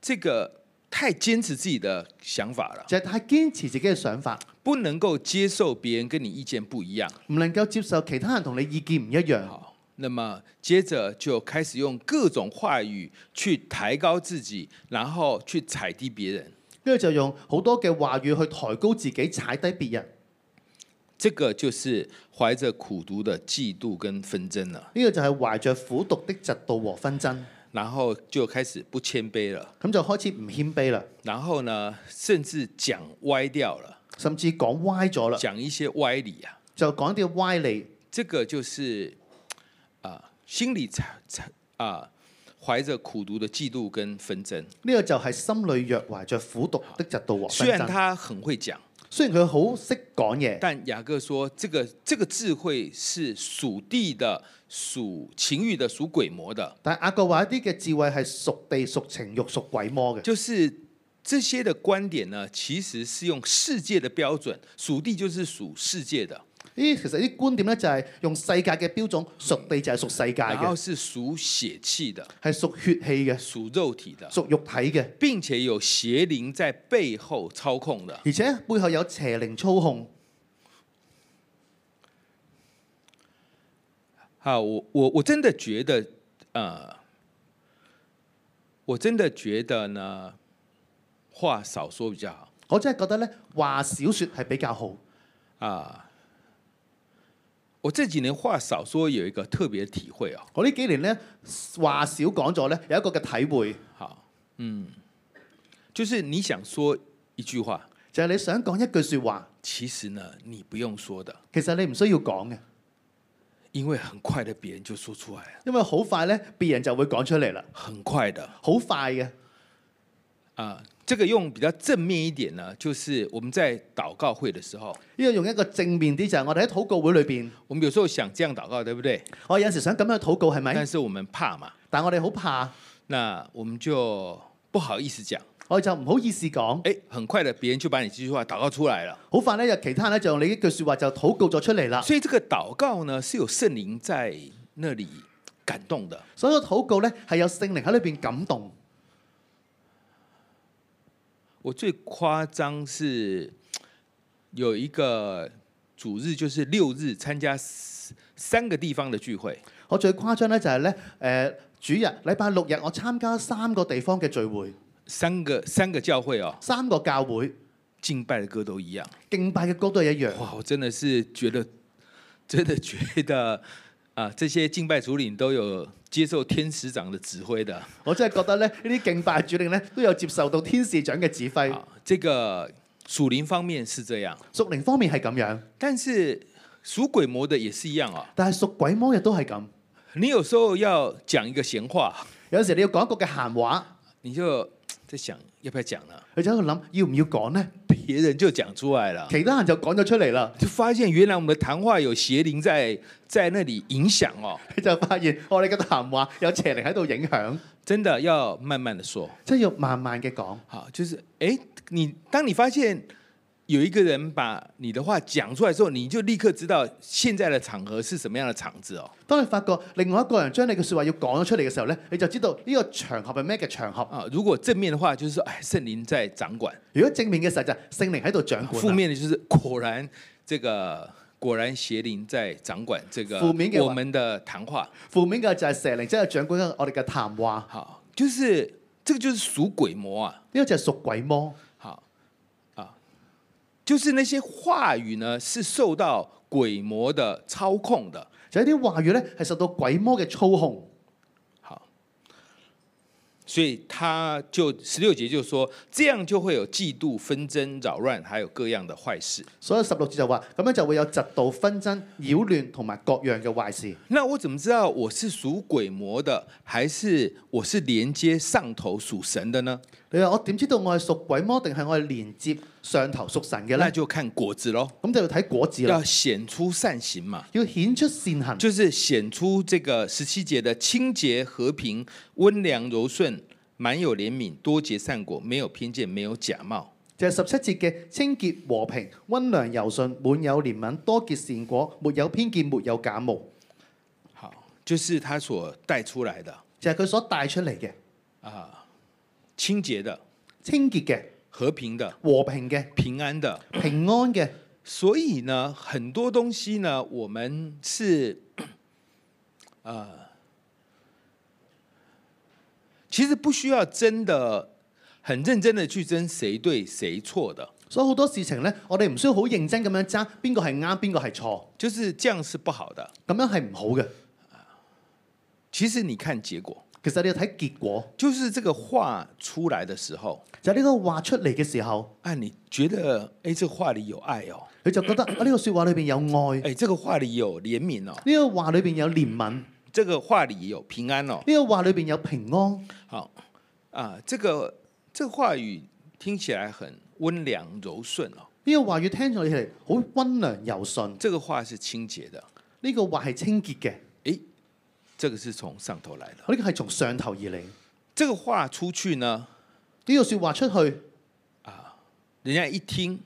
Speaker 2: 這個太堅持自己的想法了，
Speaker 3: 就係太堅持自己嘅想法，
Speaker 2: 不能夠接受別人跟你意見不一樣。
Speaker 3: 唔能夠接受其他人同你意見唔一樣。
Speaker 2: 好，那麼接着就開始用各種話語去抬高自己，然後去踩低別人。
Speaker 3: 跟住就用好多嘅話語去抬高自己，踩低別人。
Speaker 2: 這個就是懷着苦毒的嫉妒跟紛爭了，
Speaker 3: 呢、個就係懷着苦毒的嫉妒和紛爭，
Speaker 2: 然後就開始不謙卑了，
Speaker 3: 咁就開始唔謙卑啦，
Speaker 2: 然後呢，甚至講歪掉了，
Speaker 3: 甚至講歪咗啦，
Speaker 2: 講一些歪理啊。
Speaker 3: 就講啲歪理，
Speaker 2: 這個就是啊、心里才才啊，懷着苦毒的嫉妒跟紛爭。
Speaker 3: 呢、個就係心裏若懷着苦毒的嫉妒和
Speaker 2: 雖
Speaker 3: 紛
Speaker 2: 然
Speaker 3: 爭。
Speaker 2: 他很會講，
Speaker 3: 雖然佢好識講嘢，
Speaker 2: 但雅各說，這個這個智慧是屬地的、屬情欲的、屬鬼魔的，
Speaker 3: 但係雅各話一啲嘅智慧係屬地、屬情欲、屬鬼魔嘅。
Speaker 2: 就是這些的觀點呢，其實是用世界的標準，屬地就是屬世界的，
Speaker 3: 呢其實啲觀點咧就係用世界嘅標準，屬地就係屬世界
Speaker 2: 然後
Speaker 3: 嘅，
Speaker 2: 是屬血氣的、
Speaker 3: 係屬血氣嘅、
Speaker 2: 屬肉體的，
Speaker 3: 屬肉體嘅，
Speaker 2: 並且有邪靈在背後操控的。
Speaker 3: 而且背後有邪靈操控。
Speaker 2: 好，我我我真的觉得，呃，我真的觉得呢，话少说比较好
Speaker 3: 我真係覺得咧話少説係比較好。
Speaker 2: 啊。我這幾年话少说有一個特別體會哦，
Speaker 3: 我呢幾年咧話少講咗咧，有一個嘅體會，
Speaker 2: 好，嗯，就是你想說一句話，
Speaker 3: 就係、你想講一句説話，
Speaker 2: 其實呢你不用說的，
Speaker 3: 其實你唔需要講嘅，
Speaker 2: 因為很快的別人就說出來了，
Speaker 3: 因為好快咧別人就會講出嚟啦，
Speaker 2: 很快的
Speaker 3: 好快嘅。
Speaker 2: 啊。這個用比較正面一點呢，就是我們在禱告會的時候，
Speaker 3: 呢個用一個正面啲就係、我哋喺禱告會裏邊，
Speaker 2: 我們有時候想這樣禱告，對不對？
Speaker 3: 我有陣時想咁樣去禱告係咪
Speaker 2: 但？是我們怕嘛，
Speaker 3: 但我哋好怕，
Speaker 2: 那我們就不好意思講。
Speaker 3: 我哋就唔好意思講。
Speaker 2: 哎，很快的，別人就把你這句話禱告出來了。
Speaker 3: 好快咧，有其他人咧就用你呢句説話就禱告咗出嚟啦。
Speaker 2: 所以這個禱告呢，是有聖靈在那裡感動的。
Speaker 3: 所有禱告咧係有聖靈喺裏邊感動。
Speaker 2: 我最誇張是有一個主日，就是六日參加三三個地方的聚會，
Speaker 3: 我最誇張咧就係咧誒主日、禮拜六日，我參加三個地方嘅聚會，
Speaker 2: 三個三個教會哦，
Speaker 3: 三個教會
Speaker 2: 敬拜的歌都一樣。
Speaker 3: 敬拜嘅歌都係一樣。
Speaker 2: 哇，我真的是覺得，真的覺得啊、這些敬拜主領都有接受天使長的指揮的。
Speaker 3: 我真係覺得咧，呢啲敬拜主領咧都有接受到天使長嘅指揮。
Speaker 2: 啊，这个属灵方面是這樣，
Speaker 3: 屬靈方面係咁樣，
Speaker 2: 但是屬鬼魔的也是一樣哦。
Speaker 3: 但係屬鬼魔亦都係咁。
Speaker 2: 你有時候要講一個閒話，
Speaker 3: 有時你要講一個嘅閒話，
Speaker 2: 你就在想要不要講呢？
Speaker 3: 你就喺度諗要唔要講呢？
Speaker 2: 別别人就讲出来了，
Speaker 3: 其他人就講咗出嚟啦，
Speaker 2: 就发现原来我们的谈话有邪灵在在那里影响哦。
Speaker 3: 你就發現我哋嘅談話有邪靈喺度影響，
Speaker 2: 真的要慢慢的说，
Speaker 3: 即係要慢慢嘅講。
Speaker 2: 好，就是哎，你当你发现有一个人把你的话讲出来之后，你就立刻知道现在的场合是什么样的场子哦。
Speaker 3: 當你發覺另外一個人將你嘅説話要講咗出嚟嘅時候咧，你就知道呢個場合係咩嘅場合。
Speaker 2: 啊，如果正面的话，就是说，哎，圣灵在掌管；
Speaker 3: 如果正面嘅時候就係聖靈喺度掌管啦。啊
Speaker 2: 负面的，就是果然这个果然邪灵在掌管这个
Speaker 3: 负面给我
Speaker 2: 我们的谈话。
Speaker 3: 負面嘅就係蛇靈，即係掌管緊我哋嘅談話。
Speaker 2: 好，就是这个就是属鬼魔啊。
Speaker 3: 呢個就係屬鬼魔，
Speaker 2: 好啊，就是那些话语呢，是受到鬼魔的操控的。
Speaker 3: 就係啲話語咧係受到鬼魔嘅操控。
Speaker 2: 好，所以他就十六节就说，这样就会有嫉妒、纷争、扰乱，还有各样的坏事。
Speaker 3: 所以十六節就話咁樣就會有嫉妒、紛爭、擾亂同埋各樣嘅壞事。
Speaker 2: 那我怎么知道我是属鬼魔的，还是我是连接上头属神的呢？
Speaker 3: 你話我點知道我係屬鬼魔定係我係連接上頭屬神嘅
Speaker 2: 那
Speaker 3: 咧？
Speaker 2: 就看果子喽，
Speaker 3: 咁就要睇果子啦
Speaker 2: 要，显出善行嘛。
Speaker 3: 要顯出善行，
Speaker 2: 就是显出这个十七节的清洁、和平、温良、柔顺、满有怜悯、多结善果，没有偏见，没有假冒。
Speaker 3: 就係十七節嘅清潔、和平、温良、柔順、滿有憐憫、多結善果，沒有偏見，沒有假冒，
Speaker 2: 好，就是他所带出来的
Speaker 3: 就係佢所帶出嚟嘅
Speaker 2: 啊，清洁的、
Speaker 3: 清潔嘅、
Speaker 2: 和平的、
Speaker 3: 和平嘅、
Speaker 2: 平安的。
Speaker 3: 平安嘅。
Speaker 2: 所以呢，很多东西呢，我们是 呃，其实不需要真的很认真的去争谁对谁错的，
Speaker 3: 所以好多事情呢，我哋唔需要好認真咁樣爭邊個係啱，邊個係錯，
Speaker 2: 就是这样是不好的。
Speaker 3: 咁樣係唔好嘅。
Speaker 2: 其实你看结果，
Speaker 3: 其實你要睇結果，
Speaker 2: 就是这个话出来的时候，
Speaker 3: 就係呢個話出嚟嘅時候，
Speaker 2: 啊，你覺得哎，这話里有愛哦，
Speaker 3: 你就覺得啊呢、個説話裏邊有愛，呢、
Speaker 2: 哎，这個話里有憐憫哦，
Speaker 3: 個話裏邊有憐憫，呢、
Speaker 2: 这個話里有平安哦，
Speaker 3: 個話裏邊有平安。
Speaker 2: 好啊，这个这個話語聽起來很温良柔順哦，
Speaker 3: 呢、個話語聽上起嚟好温良柔順，呢、
Speaker 2: 這個話是清潔的，
Speaker 3: 個話係清潔嘅，呢、
Speaker 2: 哎，這個是從上頭來的，
Speaker 3: 個係從上頭而嚟。呢、
Speaker 2: 這個話出去呢，
Speaker 3: 個説話出去，
Speaker 2: 人家一聽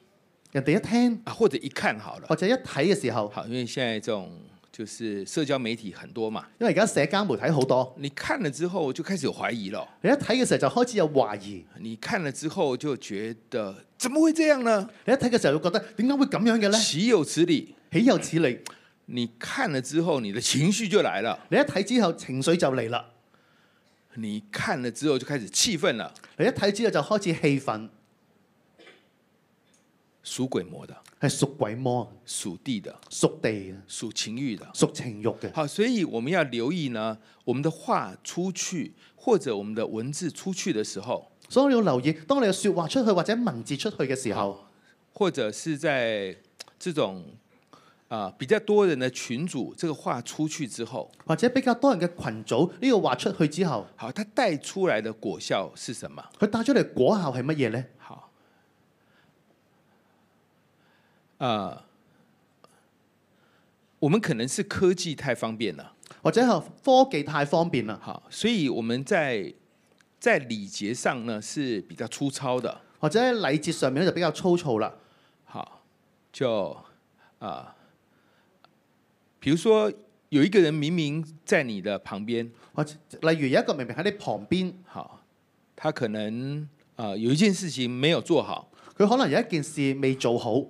Speaker 3: 人哋一聽
Speaker 2: 啊，或者一看好了，
Speaker 3: 或者一睇嘅時候，
Speaker 2: 好，因為現在這種就是社交媒體很多嘛，
Speaker 3: 因為而家社交媒體好多，
Speaker 2: 你看了之後就開始有懷疑了哦。
Speaker 3: 你一睇嘅時候就開始有懷疑，
Speaker 2: 你看了之后就觉得怎么会这样呢？
Speaker 3: 你一睇嘅時候就覺得點解會咁樣嘅呢？
Speaker 2: 岂有此理！
Speaker 3: 豈有此理！
Speaker 2: 你看了之後，你的情緒就來了，
Speaker 3: 你一睇之後情緒就嚟啦，
Speaker 2: 你看了之後就開始氣憤了，
Speaker 3: 你一睇之後就開始氣憤，
Speaker 2: 屬鬼魔的、
Speaker 3: 係屬鬼魔、
Speaker 2: 屬地的、
Speaker 3: 屬地嘅、
Speaker 2: 屬情欲的。
Speaker 3: 屬情慾嘅。
Speaker 2: 好，所以我們要留意呢，我們的話出去或者我們的文字出去的時候，
Speaker 3: 所以你要留意，當你嘅説話出去或者文字出去嘅時候，
Speaker 2: 或者是在这种啊、比较多人的群組，這個話出去之後，
Speaker 3: 或者比較多人嘅群組呢個話出去之後，
Speaker 2: 好，它帶出來的果效是什麼？
Speaker 3: 佢帶出嚟果效係乜嘢呢？
Speaker 2: 好，呃，我们可能是科技太方便了，
Speaker 3: 或者係科技太方便啦，
Speaker 2: 好，所以我们在在礼节上呢是比较粗糙的，
Speaker 3: 或者喺禮節上面咧就比較粗糙啦。
Speaker 2: 好，就啊、比如说有一个人明明在你的旁边，
Speaker 3: 或者例如有一個明明喺你旁邊，
Speaker 2: 好，他可能啊有一件事情没有做好，
Speaker 3: 佢可能有一件事未做好，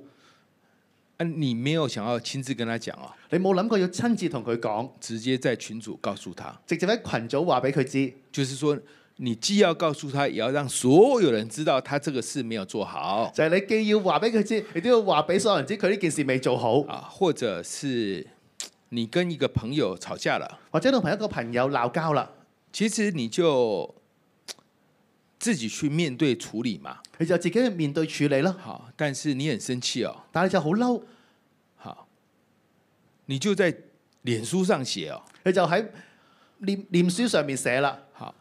Speaker 2: 啊，你没有想要亲自跟他讲哦，
Speaker 3: 你冇諗過要親自同佢講，
Speaker 2: 直接在群组告诉他。
Speaker 3: 直接喺群組話俾佢知。
Speaker 2: 就是说，你既要告诉他，也要让所有人知道他这个事没有做好
Speaker 3: 就係你既要話俾佢知，你都要話俾所有人知佢呢件事未做好，
Speaker 2: 啊，或者是你跟一个朋友吵架了，
Speaker 3: 或者同朋友一個朋友鬧交啦，
Speaker 2: 其实你就自己去面对处理嘛。
Speaker 3: 你就自己去面對處理啦。
Speaker 2: 好，但是你很生气哦，
Speaker 3: 但係你就好嬲，
Speaker 2: 好，你就在脸书上写哦，
Speaker 3: 你就喺念念書上面寫啦，
Speaker 2: 好，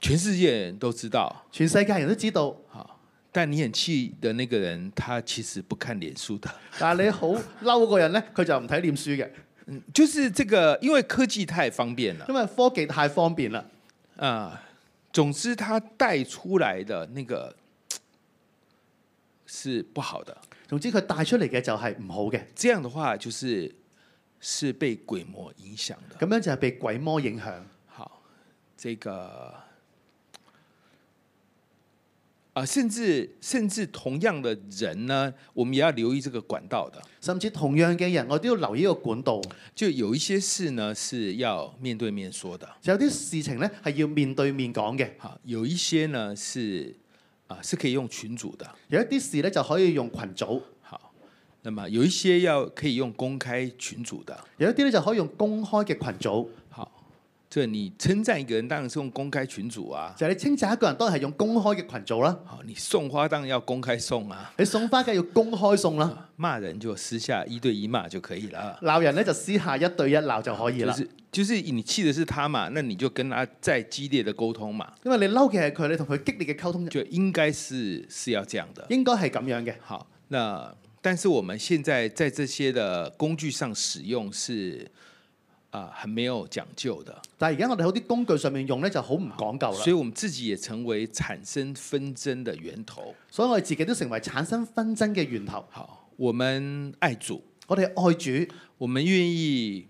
Speaker 2: 全世界人都知道，
Speaker 3: 全世界人都知道，
Speaker 2: 好，但你很气的那个人，他其实不看脸书的，
Speaker 3: 但係你好嬲嗰個人咧，佢就唔睇臉書嘅，
Speaker 2: 嗯，就是这个，因为科技太方便了
Speaker 3: 因為科技太方便啦。
Speaker 2: 啊、总之，他带出来的那个嘖是不好的。
Speaker 3: 總之佢帶出嚟嘅就係唔好嘅，
Speaker 2: 这样的话，就是是被鬼魔影响的。
Speaker 3: 咁樣就係被鬼魔影響。
Speaker 2: 好，这个啊、呃甚至甚至同样的人呢，我们也要留意这个管道的。
Speaker 3: 甚至同樣嘅人，我都要留意一個管道。
Speaker 2: 就有一些事呢是要面对面说的，
Speaker 3: 有啲事情咧係要面對面講嘅，
Speaker 2: 好，有一些呢是啊、是可以用群组的，
Speaker 3: 有一啲事咧就可以用群組，
Speaker 2: 好，那么有一些要可以用公开群组的，
Speaker 3: 有一啲咧就可以用公開嘅群組。
Speaker 2: 好，这你称赞一个人当然是用公开群组啊，
Speaker 3: 就係你稱讚一個人，當然係用公開嘅群組啦。
Speaker 2: 好，你送花当然要公开送啊，
Speaker 3: 你送花梗係要公開送啦，
Speaker 2: 啊骂人就私下一对一罵就可以了。
Speaker 3: 鬧人咧就私下一對一鬧就可以
Speaker 2: 就
Speaker 3: 啦。
Speaker 2: 是就是你氣的是他嘛，那你就跟他再激烈的沟通嘛，
Speaker 3: 因為你嬲嘅係佢，你同佢激烈嘅溝通
Speaker 2: 就應該是是要這樣的。
Speaker 3: 應該係咁樣嘅。
Speaker 2: 好，那但是我们现在在这些的工具上使用是啊、很没有讲究的，
Speaker 3: 但係而家我哋好啲工具上面用咧就好唔講究
Speaker 2: 所以
Speaker 3: 啦，
Speaker 2: 我们自己也成為產生紛爭的源頭。
Speaker 3: 所以我哋自己都成為產生紛爭嘅源頭。
Speaker 2: 好，我們愛主，
Speaker 3: 我哋愛主，
Speaker 2: 我們願意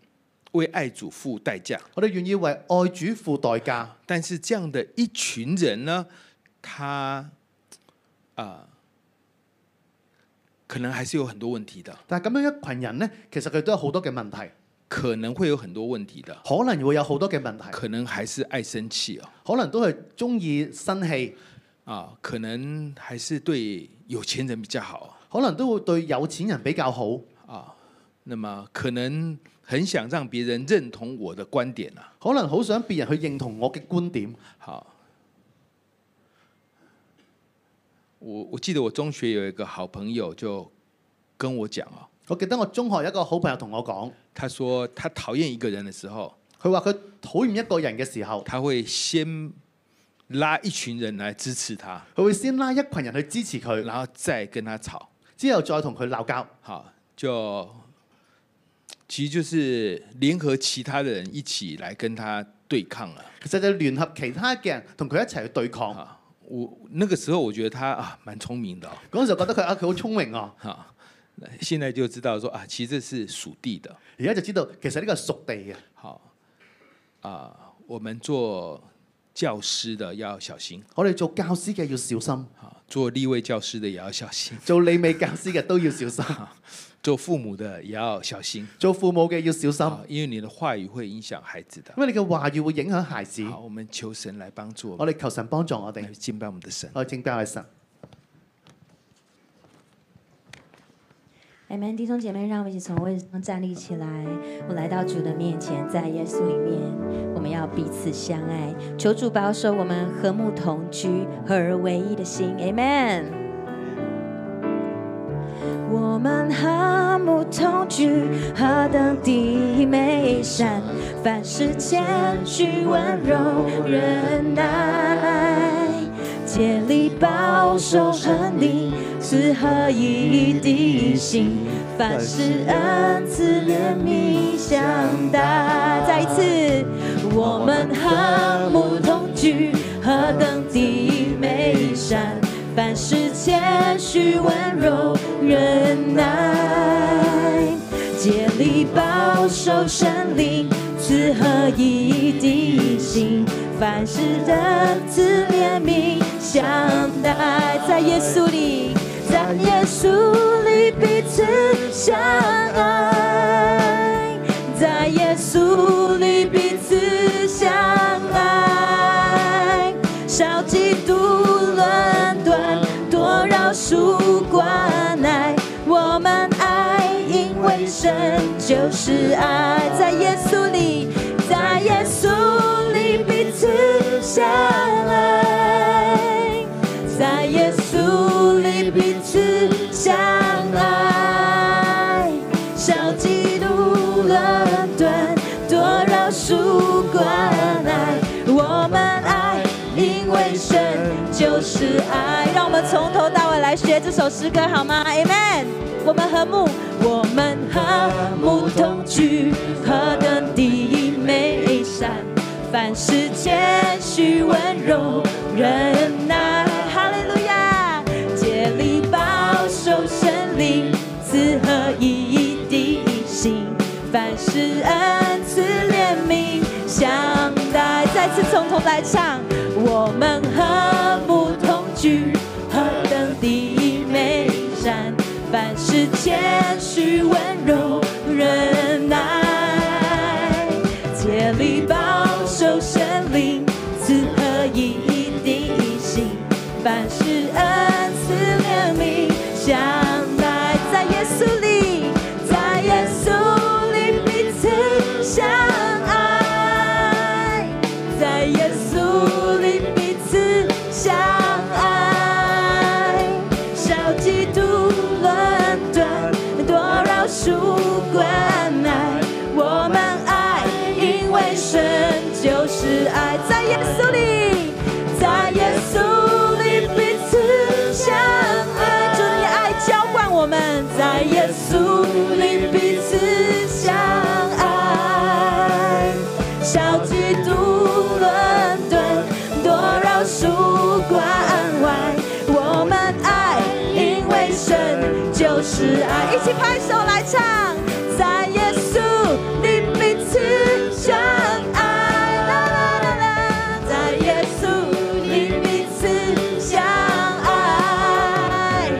Speaker 2: 為愛主付代價，
Speaker 3: 我哋願意為愛主付代價。
Speaker 2: 但是这样的一群人呢，他啊、可能还是有很多问题的，
Speaker 3: 但係咁樣一群人咧，其實佢都有好多嘅問題，
Speaker 2: 可能會有很多问题的，
Speaker 3: 可能會有好多嘅問題，
Speaker 2: 可能還是愛生氣哦，
Speaker 3: 可能都係中意生氣，
Speaker 2: 啊，可能还是对有钱人比较好
Speaker 3: 可能都會對有錢人比較好，
Speaker 2: 啊。那么可能很想让别人认同我的观点啊。
Speaker 3: 可能好想別人去認同我嘅觀點。
Speaker 2: 好，我我记得我中学有一个好朋友就跟我讲哦，
Speaker 3: 我記得我中學有一個好朋友同我講，
Speaker 2: 他说他讨厭一个人的时候，
Speaker 3: 佢話佢討厭一個人嘅時候，
Speaker 2: 他會先拉一群人來支持他，
Speaker 3: 佢會先拉一群人去支持佢，
Speaker 2: 然後再跟他吵。
Speaker 3: 之後再同佢鬧交，
Speaker 2: 好，就其實就是聯合其他的人一起來跟他對抗了。
Speaker 3: 其實就聯合其他嘅人同佢一齊去對抗。
Speaker 2: 啊，我那個時候我覺得他啊蠻聰明的、哦，
Speaker 3: 嗰陣時候覺得佢啊佢好聰明啊，
Speaker 2: 哈，那現在就知道說啊，其實這是屬地的。
Speaker 3: 而家就知道其實呢個係屬地嘅。
Speaker 2: 好，啊，我們做教師的要小心，
Speaker 3: 我哋做教師嘅要小心，
Speaker 2: 啊，做立位教師的也要小心，
Speaker 3: 做理美教師嘅都要小心。
Speaker 2: 啊做父母的也要小心。
Speaker 3: 做父母嘅要小
Speaker 2: 啊
Speaker 3: 心，，
Speaker 2: 因為你的話語會影響孩子的。
Speaker 3: 因為你嘅話語會影響孩子。
Speaker 2: 好，我們求神來幫助我們，
Speaker 3: 我哋求神幫助我
Speaker 2: 來
Speaker 3: 哋，
Speaker 2: 敬拜我們的神。
Speaker 3: 我哋敬拜我哋神。
Speaker 4: 阿门，弟兄姐妹，让我们一起从位置上站立起来。我来到主的面前，在耶稣里面，我们要彼此相爱。求主保守我们和睦同居、合而为一的心。Amen。我们和睦同居，何等地美善！凡事谦虚、温柔、忍耐，竭力保守恒定，是合一的心。凡事恩慈、怜悯、相待。再一次，我们和睦同居，何等地美善！凡事谦虚、温柔、忍耐，竭力保守神灵赐合一的心。凡事的自怜悯相待，在耶稣里，在耶稣里彼此相爱，在耶稣里彼此相爱。少嫉妒论断，多饶恕关爱。我们爱，因为神就是爱，在耶稣里，在耶稣里彼此相爱，在耶稣里彼此相爱。少嫉妒论断，多饶恕关爱。我们爱，因为神就是爱。让我们从头到首诗歌好吗？Amen。我们和睦，我们和睦同居，何等地美善，凡事谦虚温柔忍耐。哈利路亚，竭力保守神灵，赐合一的心，凡事恩慈怜悯相待。再次从头来唱，我们和睦同居，何等地美善，凡事谦虚温柔忍耐，竭力保守神灵，赐合一的心，凡事恩慈怜悯相待，在耶稣里，在耶稣里彼此相爱。在耶稣里彼此相爱，少嫉妒论断，多饶恕关爱。我们爱，因为神就是爱，在耶稣里，在耶稣里彼此相爱。主你爱浇灌我们，在耶稣里彼此相爱。少嫉妒论断，多饶恕关怀。我们爱，因为神就是爱。一起拍手来唱，在耶稣里彼此相爱。啦啦啦啦，在耶稣里彼此相爱。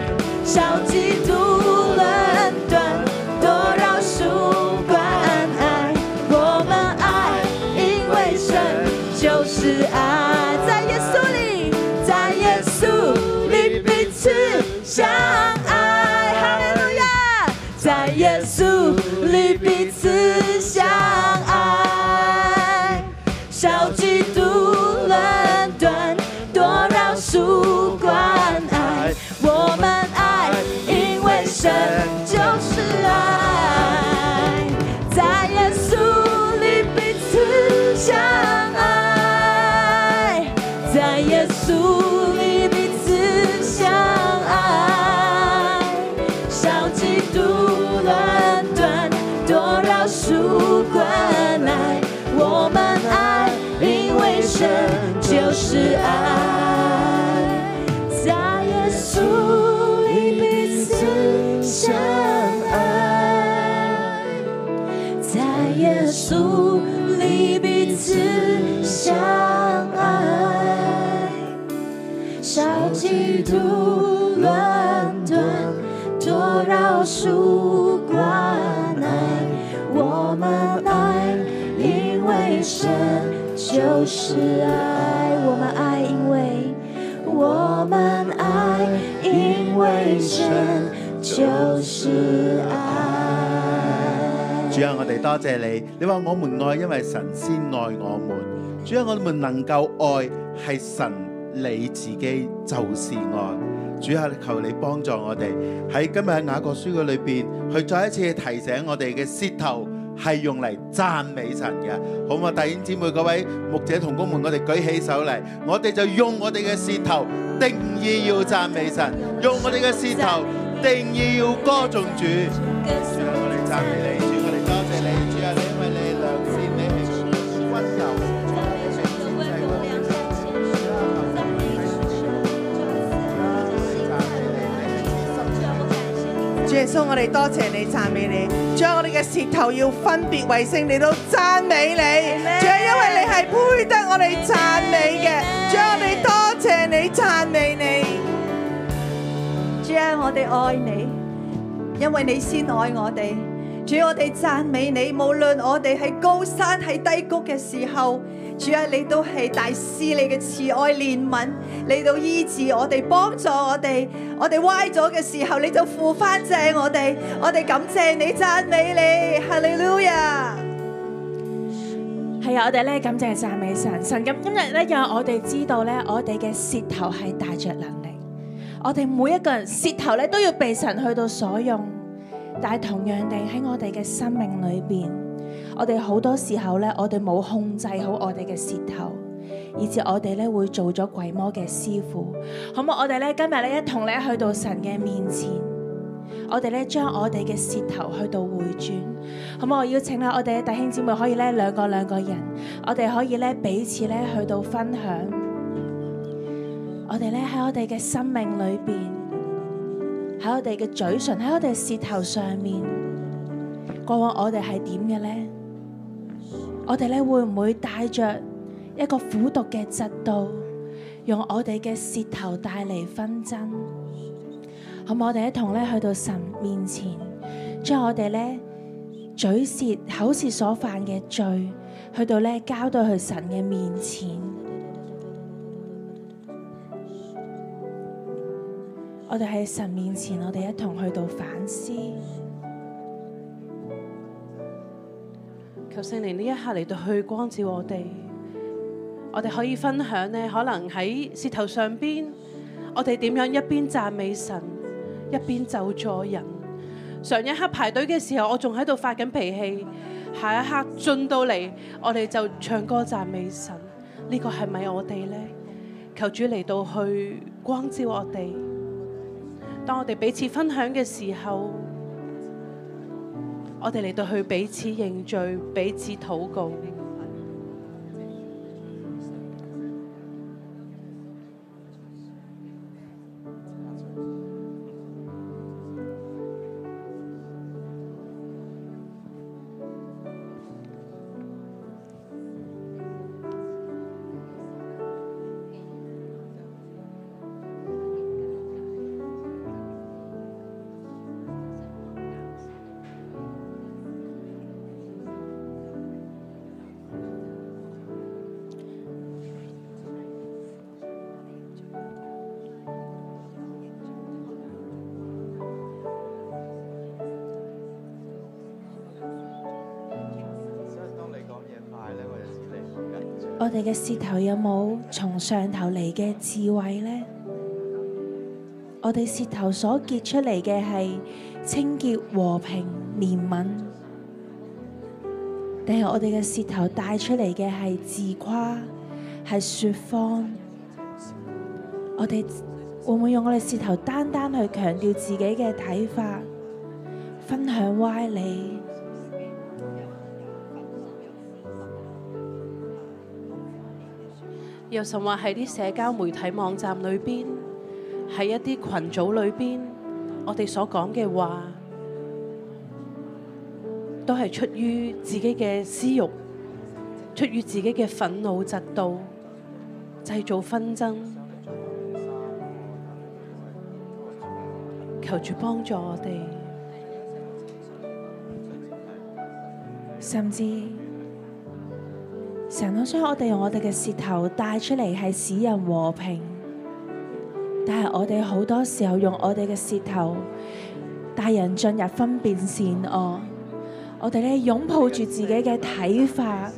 Speaker 4: 少嫉妒论断，多饶恕关爱。我们爱，因为神就是爱。在耶稣里，在耶稣里彼此相爱。哈利路亚，在耶稣里彼此相爱。少嫉妒论断，多饶恕关爱。我们爱，因为神就是爱，在耶稣里彼此相爱，在耶稣里彼此相爱，少嫉妒论断，多饶恕关爱。我们爱，因为神就是爱，在耶稣里彼此相爱，在耶稣里彼此相爱，少嫉妒论断，多饶恕关爱。我们爱，因为神就是爱。我们爱，因为我们爱，因为神就是爱。
Speaker 3: 主啊，我哋多謝你。你話我們愛，因為神先愛我們。主啊，我們能夠愛係神你自己就是愛。主啊，求你幫助我哋喺今日喺雅各書嘅裏邊，去再一次提醒我哋嘅舌頭係用嚟讚美神嘅，好嘛？弟兄姊妹，各位牧者同工們，我哋舉起手嚟，我哋就用我哋嘅舌頭定義要讚美神，用我哋嘅舌頭定義要歌頌主。主啊，我哋讚美你，主，我哋多謝你，主啊，你因為你良善，你係温柔，主啊，你係慈濟嗰位，主啊，求你喺主啊，我哋讚美你，你係至深嘅
Speaker 5: 主耶穌，我哋多謝你，讚美你。主啊，我哋嘅舌頭要分別為聖，嚟到讚美你。
Speaker 4: Amen
Speaker 5: 主啊，因為你係配得我哋讚美嘅。
Speaker 4: Amen
Speaker 5: 主啊，我哋多謝你，讚美你。
Speaker 4: 主啊，我哋爱你，因为你先爱我哋。主，我哋赞美你，无论我哋喺高山喺低谷嘅时候，主啊，你都系大师你嘅慈爱怜悯，你到医治我哋，帮助我哋。我哋歪咗嘅时候，你就扶翻正我哋。我哋感谢你，赞美你，哈利路亚。
Speaker 6: 係啊，我哋咧感謝讚美神，神咁今日咧讓我哋知道咧，我哋嘅舌頭係帶着能力，我哋每一個人舌頭咧都要被神去到所用，但係同樣地喺我哋嘅生命裏邊，我哋好多時候咧，我哋冇控制好我哋嘅舌頭，
Speaker 4: 以至我哋咧會做咗鬼魔嘅師傅。好唔好？我哋咧今日咧一同咧去到神嘅面前，我哋咧將我哋嘅舌頭去到回轉。好唔好？我邀請咧我哋嘅弟兄姊妹可以咧兩個兩個人，我哋可以咧彼此咧去到分享。我哋咧喺我哋嘅生命裏邊，喺我哋嘅嘴唇，喺我哋嘅舌頭上面，過往我哋係點嘅咧？我哋咧會唔會帶着一個苦毒嘅嫉妒，用我哋嘅舌頭帶嚟紛爭？好唔好？我哋一同咧去到神面前，將我哋咧嘴舌口舌所犯嘅罪，去到咧交到去神嘅面前。我哋喺神面前，我哋一同去到反思。
Speaker 7: 求聖靈呢一刻嚟到去光照我哋，我哋可以分享呢，可能喺舌頭上邊，我哋點樣一邊讚美神，一邊咒助人。上一刻排隊嘅時候，我仲喺度發緊脾氣，下一刻進到嚟，我哋就唱歌讚美神。呢、個係咪我哋呢？求主嚟到去光照我哋。當我哋彼此分享嘅時候，我哋嚟到去彼此認罪，彼此禱告。
Speaker 4: 我哋嘅舌頭有冇從上頭嚟嘅智慧呢？我哋舌頭所結出嚟嘅係清潔、和平、憐憫，定係我哋嘅舌頭帶出嚟嘅係自誇、係說謊？我哋會唔會用我哋舌頭單單去強調自己嘅睇法、分享歪理？
Speaker 7: 有神話喺啲社交媒體網站裏邊，喺一啲群組裏邊，我哋所講嘅話，都係出於自己嘅私欲，出於自己嘅憤怒、嫉妒，製造紛爭。求主幫助我哋，
Speaker 4: 甚至神好想我哋用我哋嘅舌頭帶出嚟係使人和平，但係我哋好多時候用我哋嘅舌頭帶人進入分辨善惡，我哋咧擁抱住自己嘅睇法，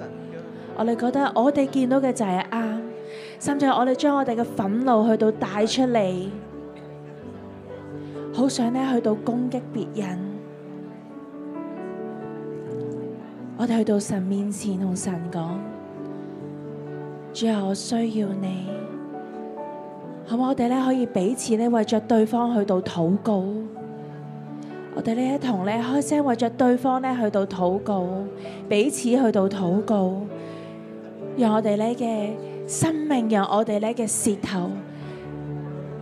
Speaker 4: 我哋覺得我哋見到嘅就係啱，甚至我哋將我哋嘅憤怒去到帶出嚟，好想咧去到攻擊別人。我哋去到神面前同神講：主啊，我需要你，好唔好？我哋咧可以彼此咧為着對方去到禱告，我哋咧一同咧開聲為着對方咧去到禱告，彼此去到禱告，讓我哋咧嘅生命，讓我哋咧嘅舌頭，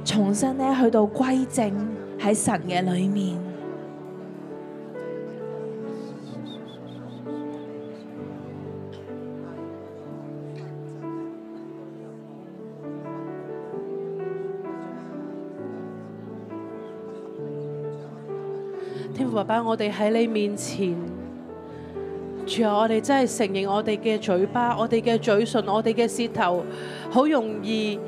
Speaker 4: 重新咧去到歸正喺神嘅裏面。
Speaker 7: 天父爸爸，我哋喺你面前，主啊，我哋真係承認我哋嘅嘴巴、我哋嘅嘴唇、我哋嘅舌頭，好容易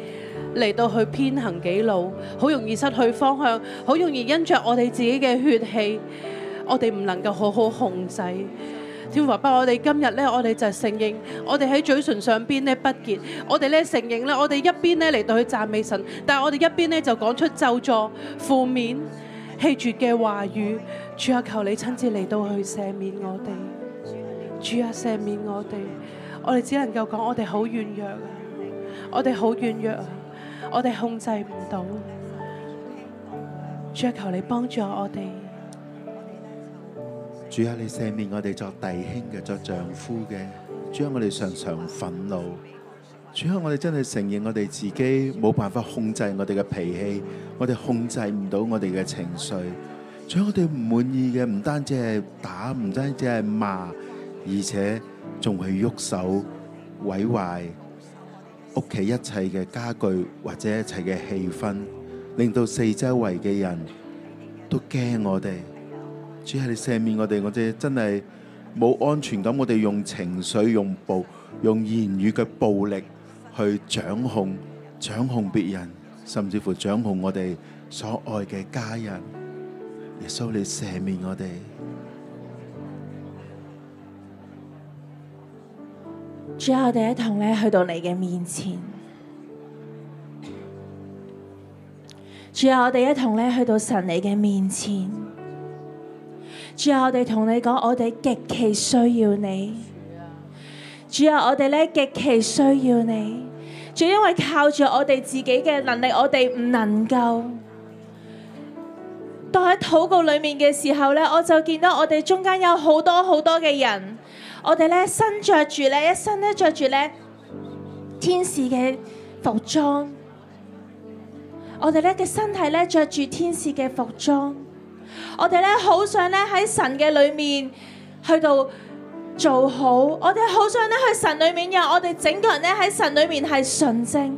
Speaker 7: 嚟到去偏行己路，好容易失去方向，好容易因着我哋自己嘅血氣，我哋唔能夠好好控制。天父爸爸，我哋今日咧，我哋就承認，我哋喺嘴唇上邊咧不潔，我哋咧承認咧，我哋一邊咧嚟到去讚美神，但係我哋一邊咧就講出咒詛、負面、棄絕嘅話語。主啊，求你親自嚟到去赦免我哋。主啊，赦免我哋，我哋只能夠講我哋好軟弱啊，我哋好軟弱啊，我哋控制唔到。主啊，求你幫助我哋，
Speaker 8: 主啊，你赦免我哋作弟兄嘅，作丈夫嘅。主啊，我哋常常憤怒。主啊，我哋真係承認我哋自己冇辦法控制我哋嘅脾氣，我哋控制唔到我哋嘅情緒。主啊，我哋唔滿意嘅唔單止係打，唔單止係罵，而且仲係喐手毀壞屋企一切嘅家具或者一切嘅氣氛，令到四周圍嘅人都驚我哋。主係你赦免我哋，我哋真係冇安全感，我哋用情緒、用暴、用言語嘅暴力去掌控、掌控別人，甚至乎掌控我哋所愛嘅家人。耶穌，你赦免我哋。
Speaker 4: 主啊，我哋一同咧去到你嘅面前。主啊，我哋一同咧去到神你嘅面前。主啊，我哋同你講，我哋極其需要你。主啊，我哋咧極其需要你。主，因為靠住我哋自己嘅能力，我哋唔能夠。當喺禱告裏面嘅時候咧，我就見到我哋中間有好多好多嘅人，我哋咧身着住咧一身咧着住咧天使嘅服裝，我哋咧嘅身體咧着住天使嘅服裝，我哋咧好想咧喺神嘅裏面去到。做好，我哋好想咧去神裏面，讓我哋整個人咧喺神裏面係純正。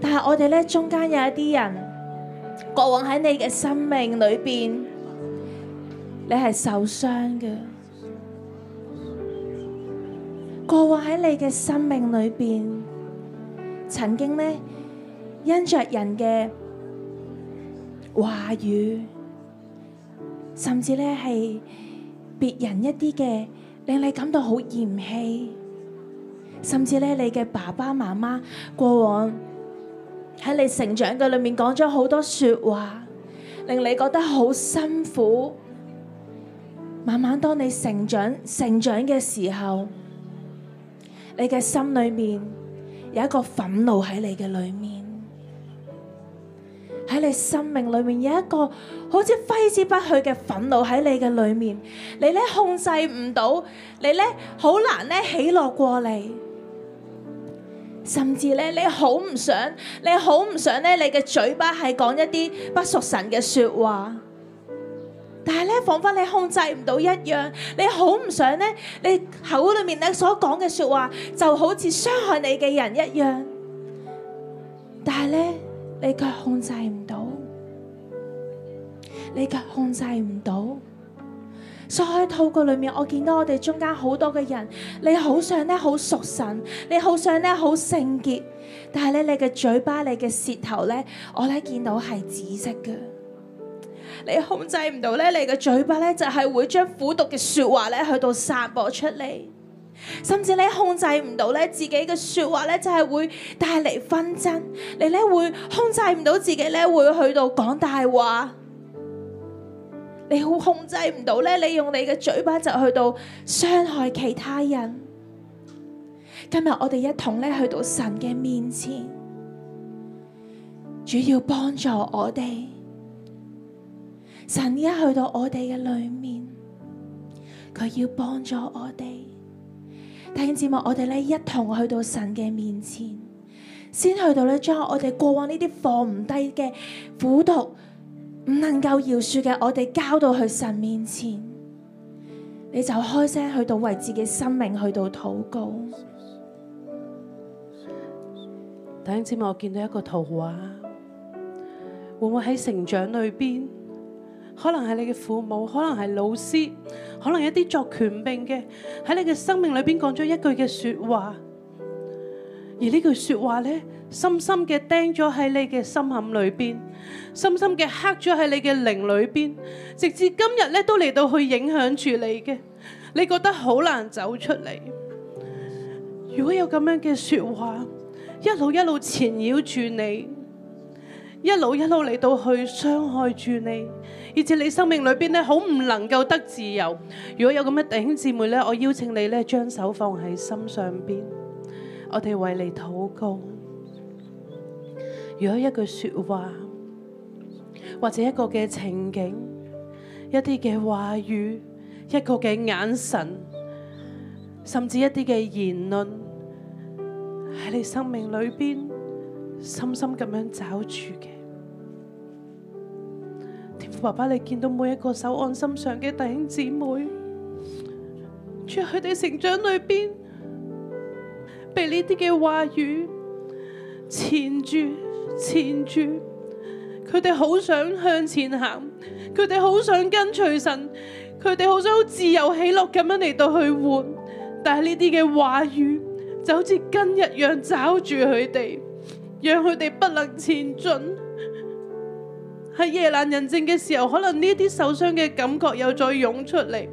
Speaker 4: 但係我哋咧中間有一啲人，過往喺你嘅生命裏邊，你係受傷嘅。過往喺你嘅生命裏邊，曾經呢，因着人嘅話語，甚至呢係別人一啲嘅令你感到好嫌棄，甚至呢你嘅爸爸媽媽過往。喺你成長嘅裏面講咗好多說話，令你覺得好辛苦。慢慢當你成長成長嘅時候，你嘅心裏面有一個憤怒喺你嘅裏面，喺你生命裏面有一個好似揮之不去嘅憤怒喺你嘅裏面，你咧控制唔到，你咧好難咧起落過嚟。甚至咧，你好唔想，你好唔想咧，你嘅嘴巴係講一啲不屬神嘅說話，但係咧，仿佛你控制唔到一樣，你好唔想咧，你口裏面咧所講嘅說話就好似傷害你嘅人一樣，但係咧，你卻控制唔到，你卻控制唔到。所以喺禱告裏面，我見到我哋中間好多嘅人，你好想咧好屬神，你好想咧好聖潔，但係咧你嘅嘴巴、你嘅舌頭咧，我咧見到係紫色嘅。你控制唔到咧，你嘅嘴巴咧就係會將苦毒嘅説話咧去到散播出嚟，甚至你控制唔到咧自己嘅説話咧就係會帶嚟紛爭，你咧會控制唔到自己咧會去到講大話。你好控制唔到咧，你用你嘅嘴巴就去到傷害其他人。今日我哋一同咧去到神嘅面前，主要幫助我哋。神依家去到我哋嘅裏面，佢要幫助我哋。弟兄姊妹，我哋咧一同去到神嘅面前，先去到咧將我哋過往呢啲放唔低嘅苦毒。唔能夠饒恕嘅，我哋交到去神面前，你就開聲去到為自己生命去到禱告。
Speaker 7: 弟兄姊妹，我見到一個圖畫，會唔會喺成長裏邊？可能係你嘅父母，可能係老師，可能一啲作權柄嘅喺你嘅生命裏邊講咗一句嘅説話，而呢句説話咧，深深嘅釘咗喺你嘅心坎裏邊。深深嘅刻咗喺你嘅靈裏邊，直至今日咧都嚟到去影響住你嘅，你覺得好難走出嚟。如果有咁樣嘅說話，一路一路纏繞住你，一路一路嚟到去傷害住你，以至你生命裏邊咧好唔能夠得自由。如果有咁嘅弟兄姊妹咧，我邀請你咧將手放喺心上邊，我哋為你禱告。如果一句说話，或者一個嘅情景，一啲嘅話語，一個嘅眼神，甚至一啲嘅言論，喺你生命裏邊深深咁樣找住嘅。天父爸爸，你見到每一個手按心上嘅弟兄姊妹，主啊喺佢哋成長裏邊，被呢啲嘅話語纏住、纏住，佢哋好想向前行，佢哋好想跟隨神，佢哋好想好自由喜樂咁樣嚟到去活，但係呢啲嘅話語就好似根一樣找住佢哋，讓佢哋不能前進。喺夜闌人靜嘅時候，可能呢啲受傷嘅感覺又再湧出嚟，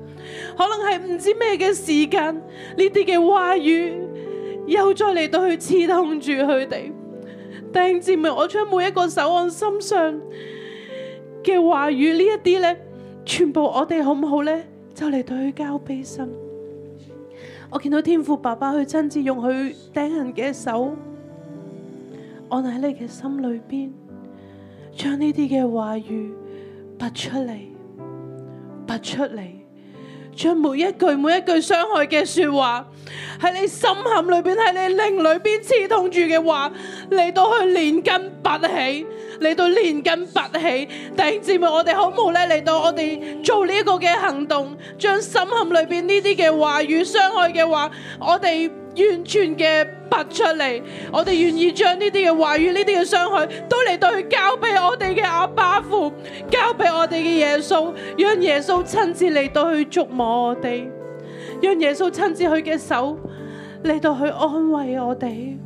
Speaker 7: 可能係唔知咩嘅時間，呢啲嘅話語又再嚟到去刺痛住佢哋。弟兄姊妹，我將每一個手按心上嘅話語呢一啲呢，全部我哋好唔好呢？就嚟到去交俾神。我見到天父爸爸去親自用佢釘人嘅手按喺你嘅心裏邊。將呢啲嘅話語拔出嚟，拔出嚟，將每一句每一句傷害嘅說話，喺你心坎裏邊，喺你靈裏邊刺痛住嘅話，嚟到去連根拔起，嚟到連根拔起。弟兄姊妹，我哋好冇咧，嚟到我哋做呢一個嘅行動，將心坎裏邊呢啲嘅話語、傷害嘅話，我哋。完全嘅拔出嚟，我哋願意將呢啲嘅話語、呢啲嘅傷害，都嚟到去交俾我哋嘅阿爸父，交俾我哋嘅耶穌，讓耶穌親自嚟到去觸摸我哋，讓耶穌親自佢嘅手嚟到去安慰我哋。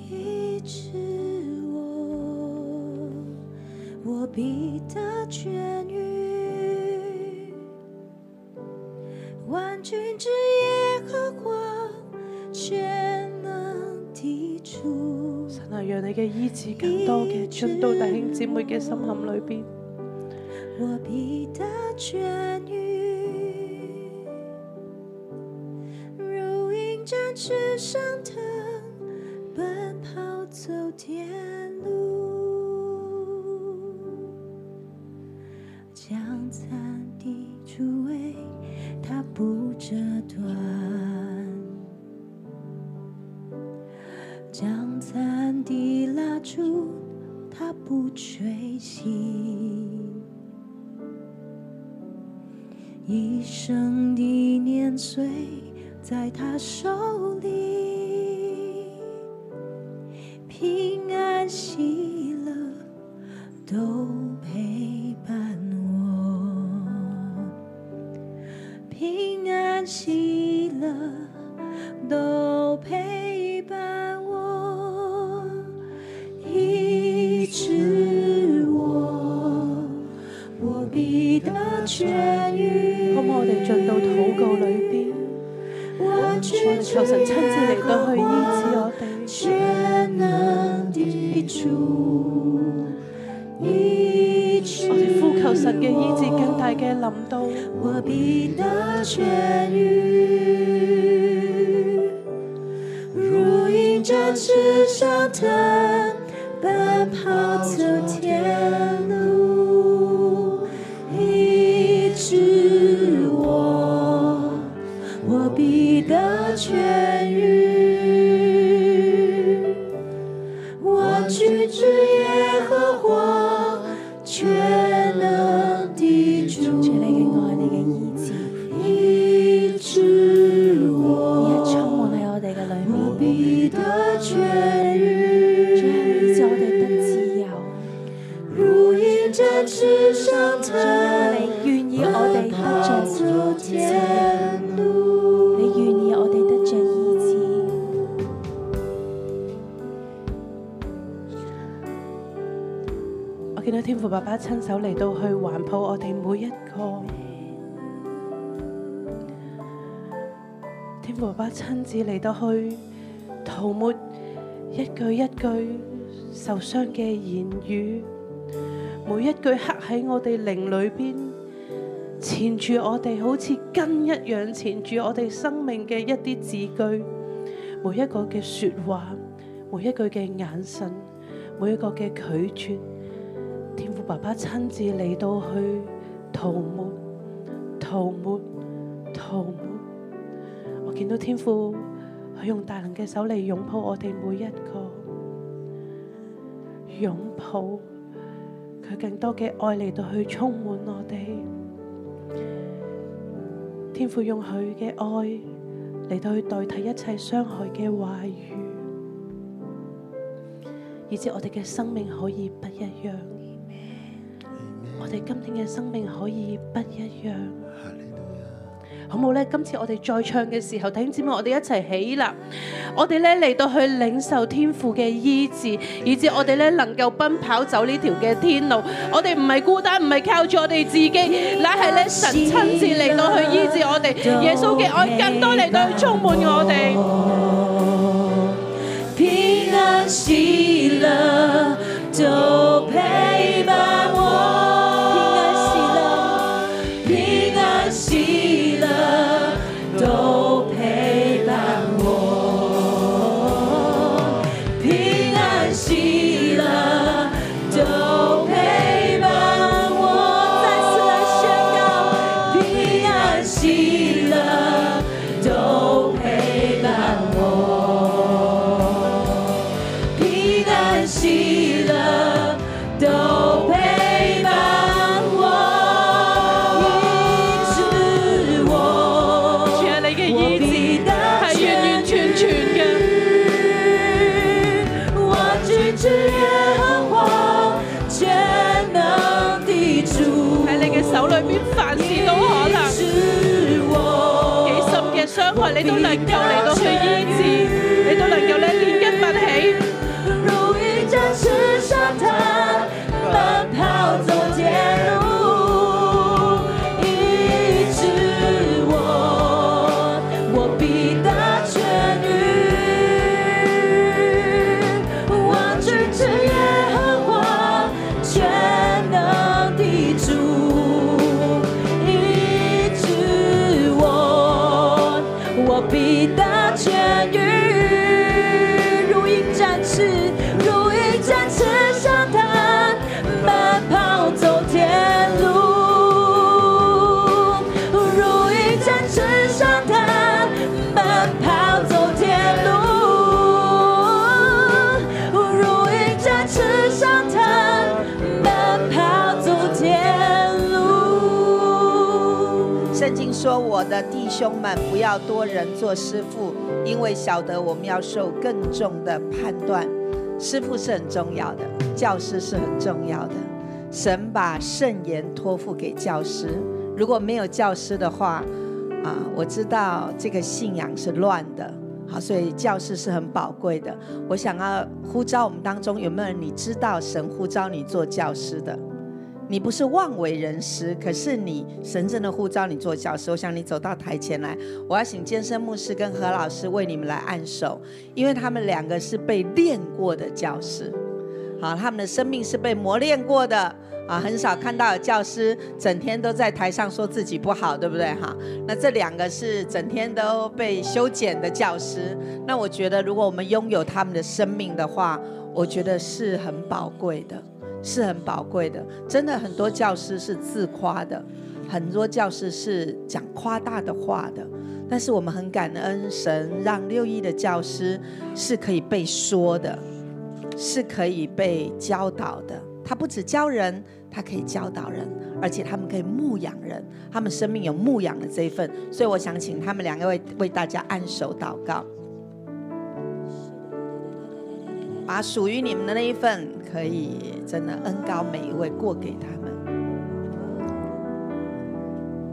Speaker 4: 医治我，我必得痊愈。万军之耶和华，全能抵触。
Speaker 7: 神啊，讓你嘅醫治更多嘅進到弟兄姊妹嘅心坎裏邊。
Speaker 4: 我必得痊愈，如鹰展翅上腾，奔跑走天路，将残地诸位，他不折断，将残地拉住，他不吹熄。一生的年岁在他手里，平安喜乐都陪伴我，平安喜乐都陪伴我，医治我，我必得痊愈。
Speaker 7: 可唔可以我哋進到禱告裏邊？
Speaker 4: 完
Speaker 7: 我
Speaker 4: 全
Speaker 7: 哋求神親自嚟到去醫治我哋。
Speaker 4: 全能的主，医治
Speaker 7: 我哋呼求神嘅醫治更大嘅臨到，
Speaker 4: 我必得痊愈。如鹰展翅上腾，奔跑走天路，医治我，我必得痊愈。我去之耶和华，全能的主。医治我，我必得痊愈。如鹰展翅上腾，奔走天路。
Speaker 7: 我見到天父爸爸親手嚟到去環抱我哋每一個。天父爸爸親自嚟到去塗抹一句一句受傷嘅言語，每一句刻喺我哋靈裏邊，纏住我哋好似根一樣纏住我哋生命嘅一啲字句，每一個嘅説話，每一句嘅眼神，每一個嘅拒絕，天父爸爸親自嚟到去塗抹、塗抹、塗抹。我見到天父佢用大能嘅手嚟擁抱我哋每一個，擁抱佢更多嘅愛嚟到去充滿我哋。天父用佢嘅愛嚟到去代替一切傷害嘅話語，以致我哋嘅生命可以不一樣。我哋今天嘅生命可以不一樣。好冇呢？今次我哋再唱嘅時候，弟兄姊妹，我哋一齊起立，我哋咧嚟到去領受天父嘅醫治，以致我哋咧能夠奔跑走呢條嘅天路。我哋唔係孤單，唔係靠住我哋自己，乃係咧神親自嚟到去醫治我哋，耶穌嘅愛更多嚟到去充滿我哋。
Speaker 4: 平安喜乐都陪伴我，平安喜乐，平安喜乐都陪伴我，平安喜乐都陪伴我，再次来宣告，平安喜乐都陪伴我。平安喜乐都陪伴我，医治我，
Speaker 7: 主啊，你嘅醫治係完完全全嘅。
Speaker 4: 我只知耶和华全能的主，
Speaker 7: 喺你嘅手裏邊，凡事都可能。
Speaker 4: 是我
Speaker 7: 幾深嘅傷害，你都能夠嚟到去醫治，你都能夠咧連根拔起。
Speaker 4: 如一战士上他奔跑走天路，医治我，我必得痊愈。我只知耶和华全能的主，医治我，我必得痊愈。如鹰展翅，如鹰展翅上腾，奔跑走天路。如鹰展翅上腾，奔跑走天路。如鹰展翅上腾，奔跑走天路。
Speaker 5: 圣经说：“我的弟兄们，不要多人做师傅，因为晓得我们要受更重的判断。师傅是很重要的，教师是很重要的。神把圣言托付给教师，如果没有教师的话，啊，我知道这个信仰是乱的。”好，所以教师是很宝贵的。我想要呼召我们当中有没有人，你知道神呼召你做教师的？你不是妄为人师，可是你神圣的呼召你做教师。我想你走到台前来，我要请健身牧师跟何老师为你们来按手，因为他们两个是被练过的教师，好，他们的生命是被磨练过的。啊，很少看到有教师整天都在台上说自己不好，对不对哈？那这两个是整天都被修剪的教师，那我觉得如果我们拥有他们的生命的话，我觉得是很宝贵的。是很宝贵的。真的，很多教师是自夸的，很多教师是讲夸大的话的。但是我们很感恩神，让六一的教师是可以被说的，是可以被教导的。他不只教人，他可以教导人，而且他们可以牧养人，他们生命有牧养的这一份。所以我想请他们两个为为大家按手祷告。把属于你们的那一份，可以真的恩高每一位过给他们。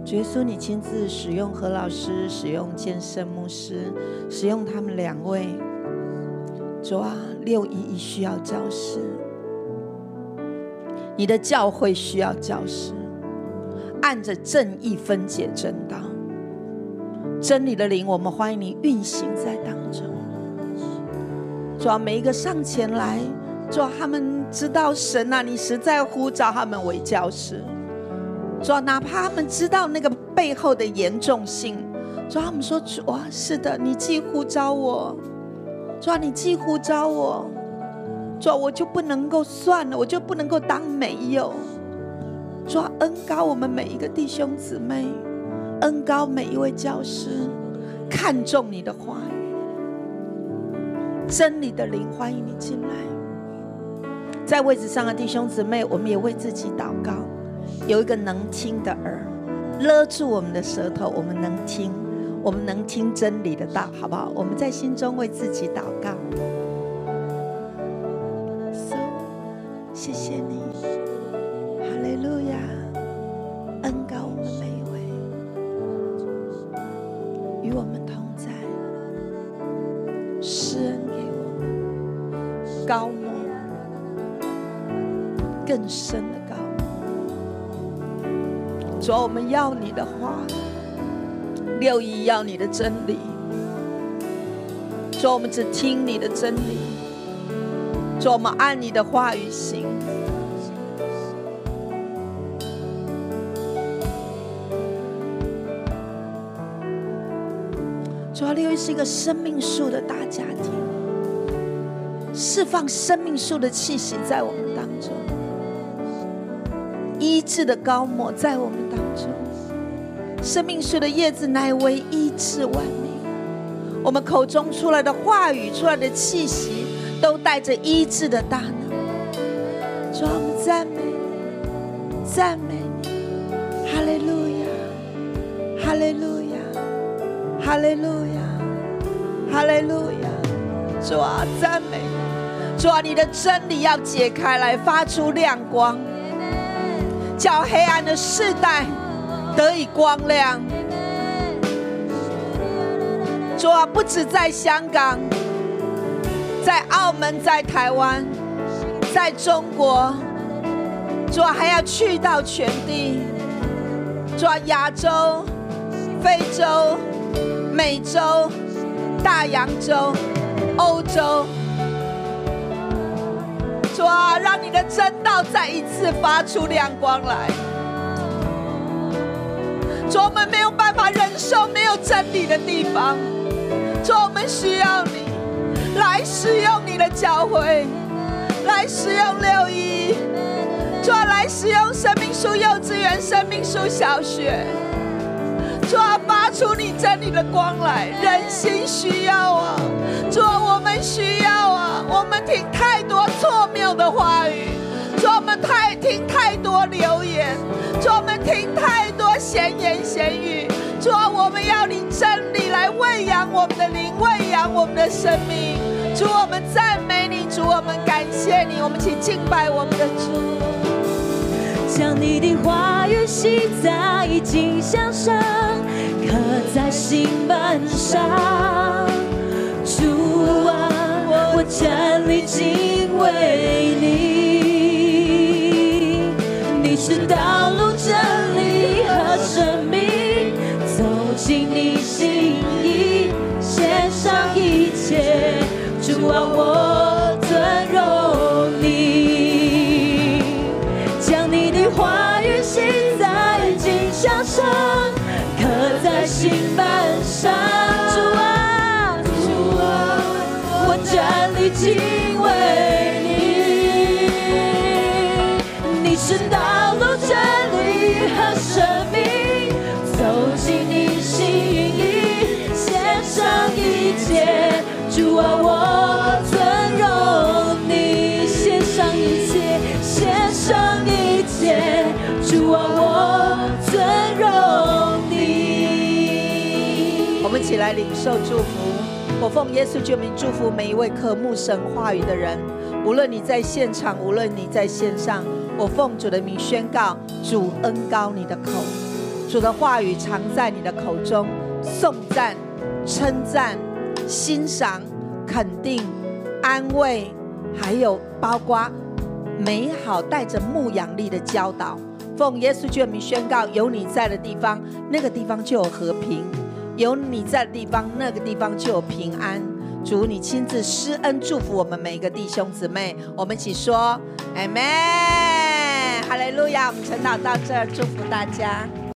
Speaker 5: 主耶稣，你亲自使用何老师，使用健身牧师，使用他们两位。主啊，六一一需要教师，你的教会需要教师，按着正义分解真道，真理的灵，我们欢迎你运行在当中。主啊，每一个上前来，主啊，他们知道神啊，你实在呼召他们为教师。主啊，哪怕他们知道那个背后的严重性，主啊，他们说主啊，是的，你既呼召我，主啊，你既呼召我，主啊，我就不能够算了，我就不能够当没有。主啊，恩高我们每一个弟兄姊妹，恩高每一位教师，看重你的话语，真理的灵欢迎你进来。在位置上的弟兄姊妹，我们也为自己祷告，有一个能听的耳，勒住我们的舌头，我们能听，我们能听真理的道，好不好？我们在心中为自己祷告。So，谢谢你，哈利路亚，恩高我们每一位，与我们同在，施恩给我们，高莫。更深的高。主啊，我们要你的话，六一要你的真理。主啊，我们只听你的真理。主啊，我们按你的话语行。主啊，六一是一个生命树的大家庭，释放生命树的气息在我们当中。医治的高抹在我们当中。生命树的叶子乃为医治万民。我们口中出来的话语、出来的气息，都带着医治的大能。主啊，我们赞美你，赞美你，哈利路亚，哈利路亚，哈利路亚，哈利路亚。主啊，赞美你，主啊，你的真理要解开来，发出亮光。叫黑暗的世代得以光亮。主啊，不止在香港，在澳门，在台湾，在中国，主啊，还要去到全地，主啊，亚洲、非洲、美洲、大洋洲、欧洲。主啊，让你的真道再一次发出亮光来。主啊，我们没有办法忍受没有真理的地方，主啊，我们需要你来使用你的教会，来使用六一，主啊，来使用生命树幼稚园、生命树小学，主啊，发出你真理的光来，人心需要啊，主啊，我们需要啊，我们听太多错谬的话语，主啊，我们太听太多流言，主啊，我们听太多闲言闲语，主啊，我们要你真理来喂养我们的灵，喂养我们的生命，主，啊我们赞美你，主，啊我们感谢你，我们请敬拜我们的主。
Speaker 4: 将你的话语系在颈项上，刻在心板上。主啊，我站立敬畏你，你是道路、真理和生命，走进你心意，献上一切。主啊，我尊荣你。将你的话语写在金像上，刻在心板上。主啊，主啊，我站立敬畏你，你是道路、真理和生命，走进你心意，献上一切。主啊，我尊荣你，献上一切，献上一切。主啊，我尊荣你。
Speaker 5: 我们一起来领受祝福。我奉耶稣之名祝福每一位渴慕神话语的人，无论你在现场，无论你在线上，我奉主的名宣告：主恩高你的口，主的话语常在你的口中，颂赞、称赞、欣赏、肯定、安慰，还有包括美好带着牧养力的教导。奉耶稣之名宣告：有你在的地方，那个地方就有和平；有你在的地方，那个地方就有平安。主，你亲自施恩祝福我们每一个弟兄姊妹，我们一起说：“阿门！”哈利路亚！我们晨祷到这儿，祝福大家。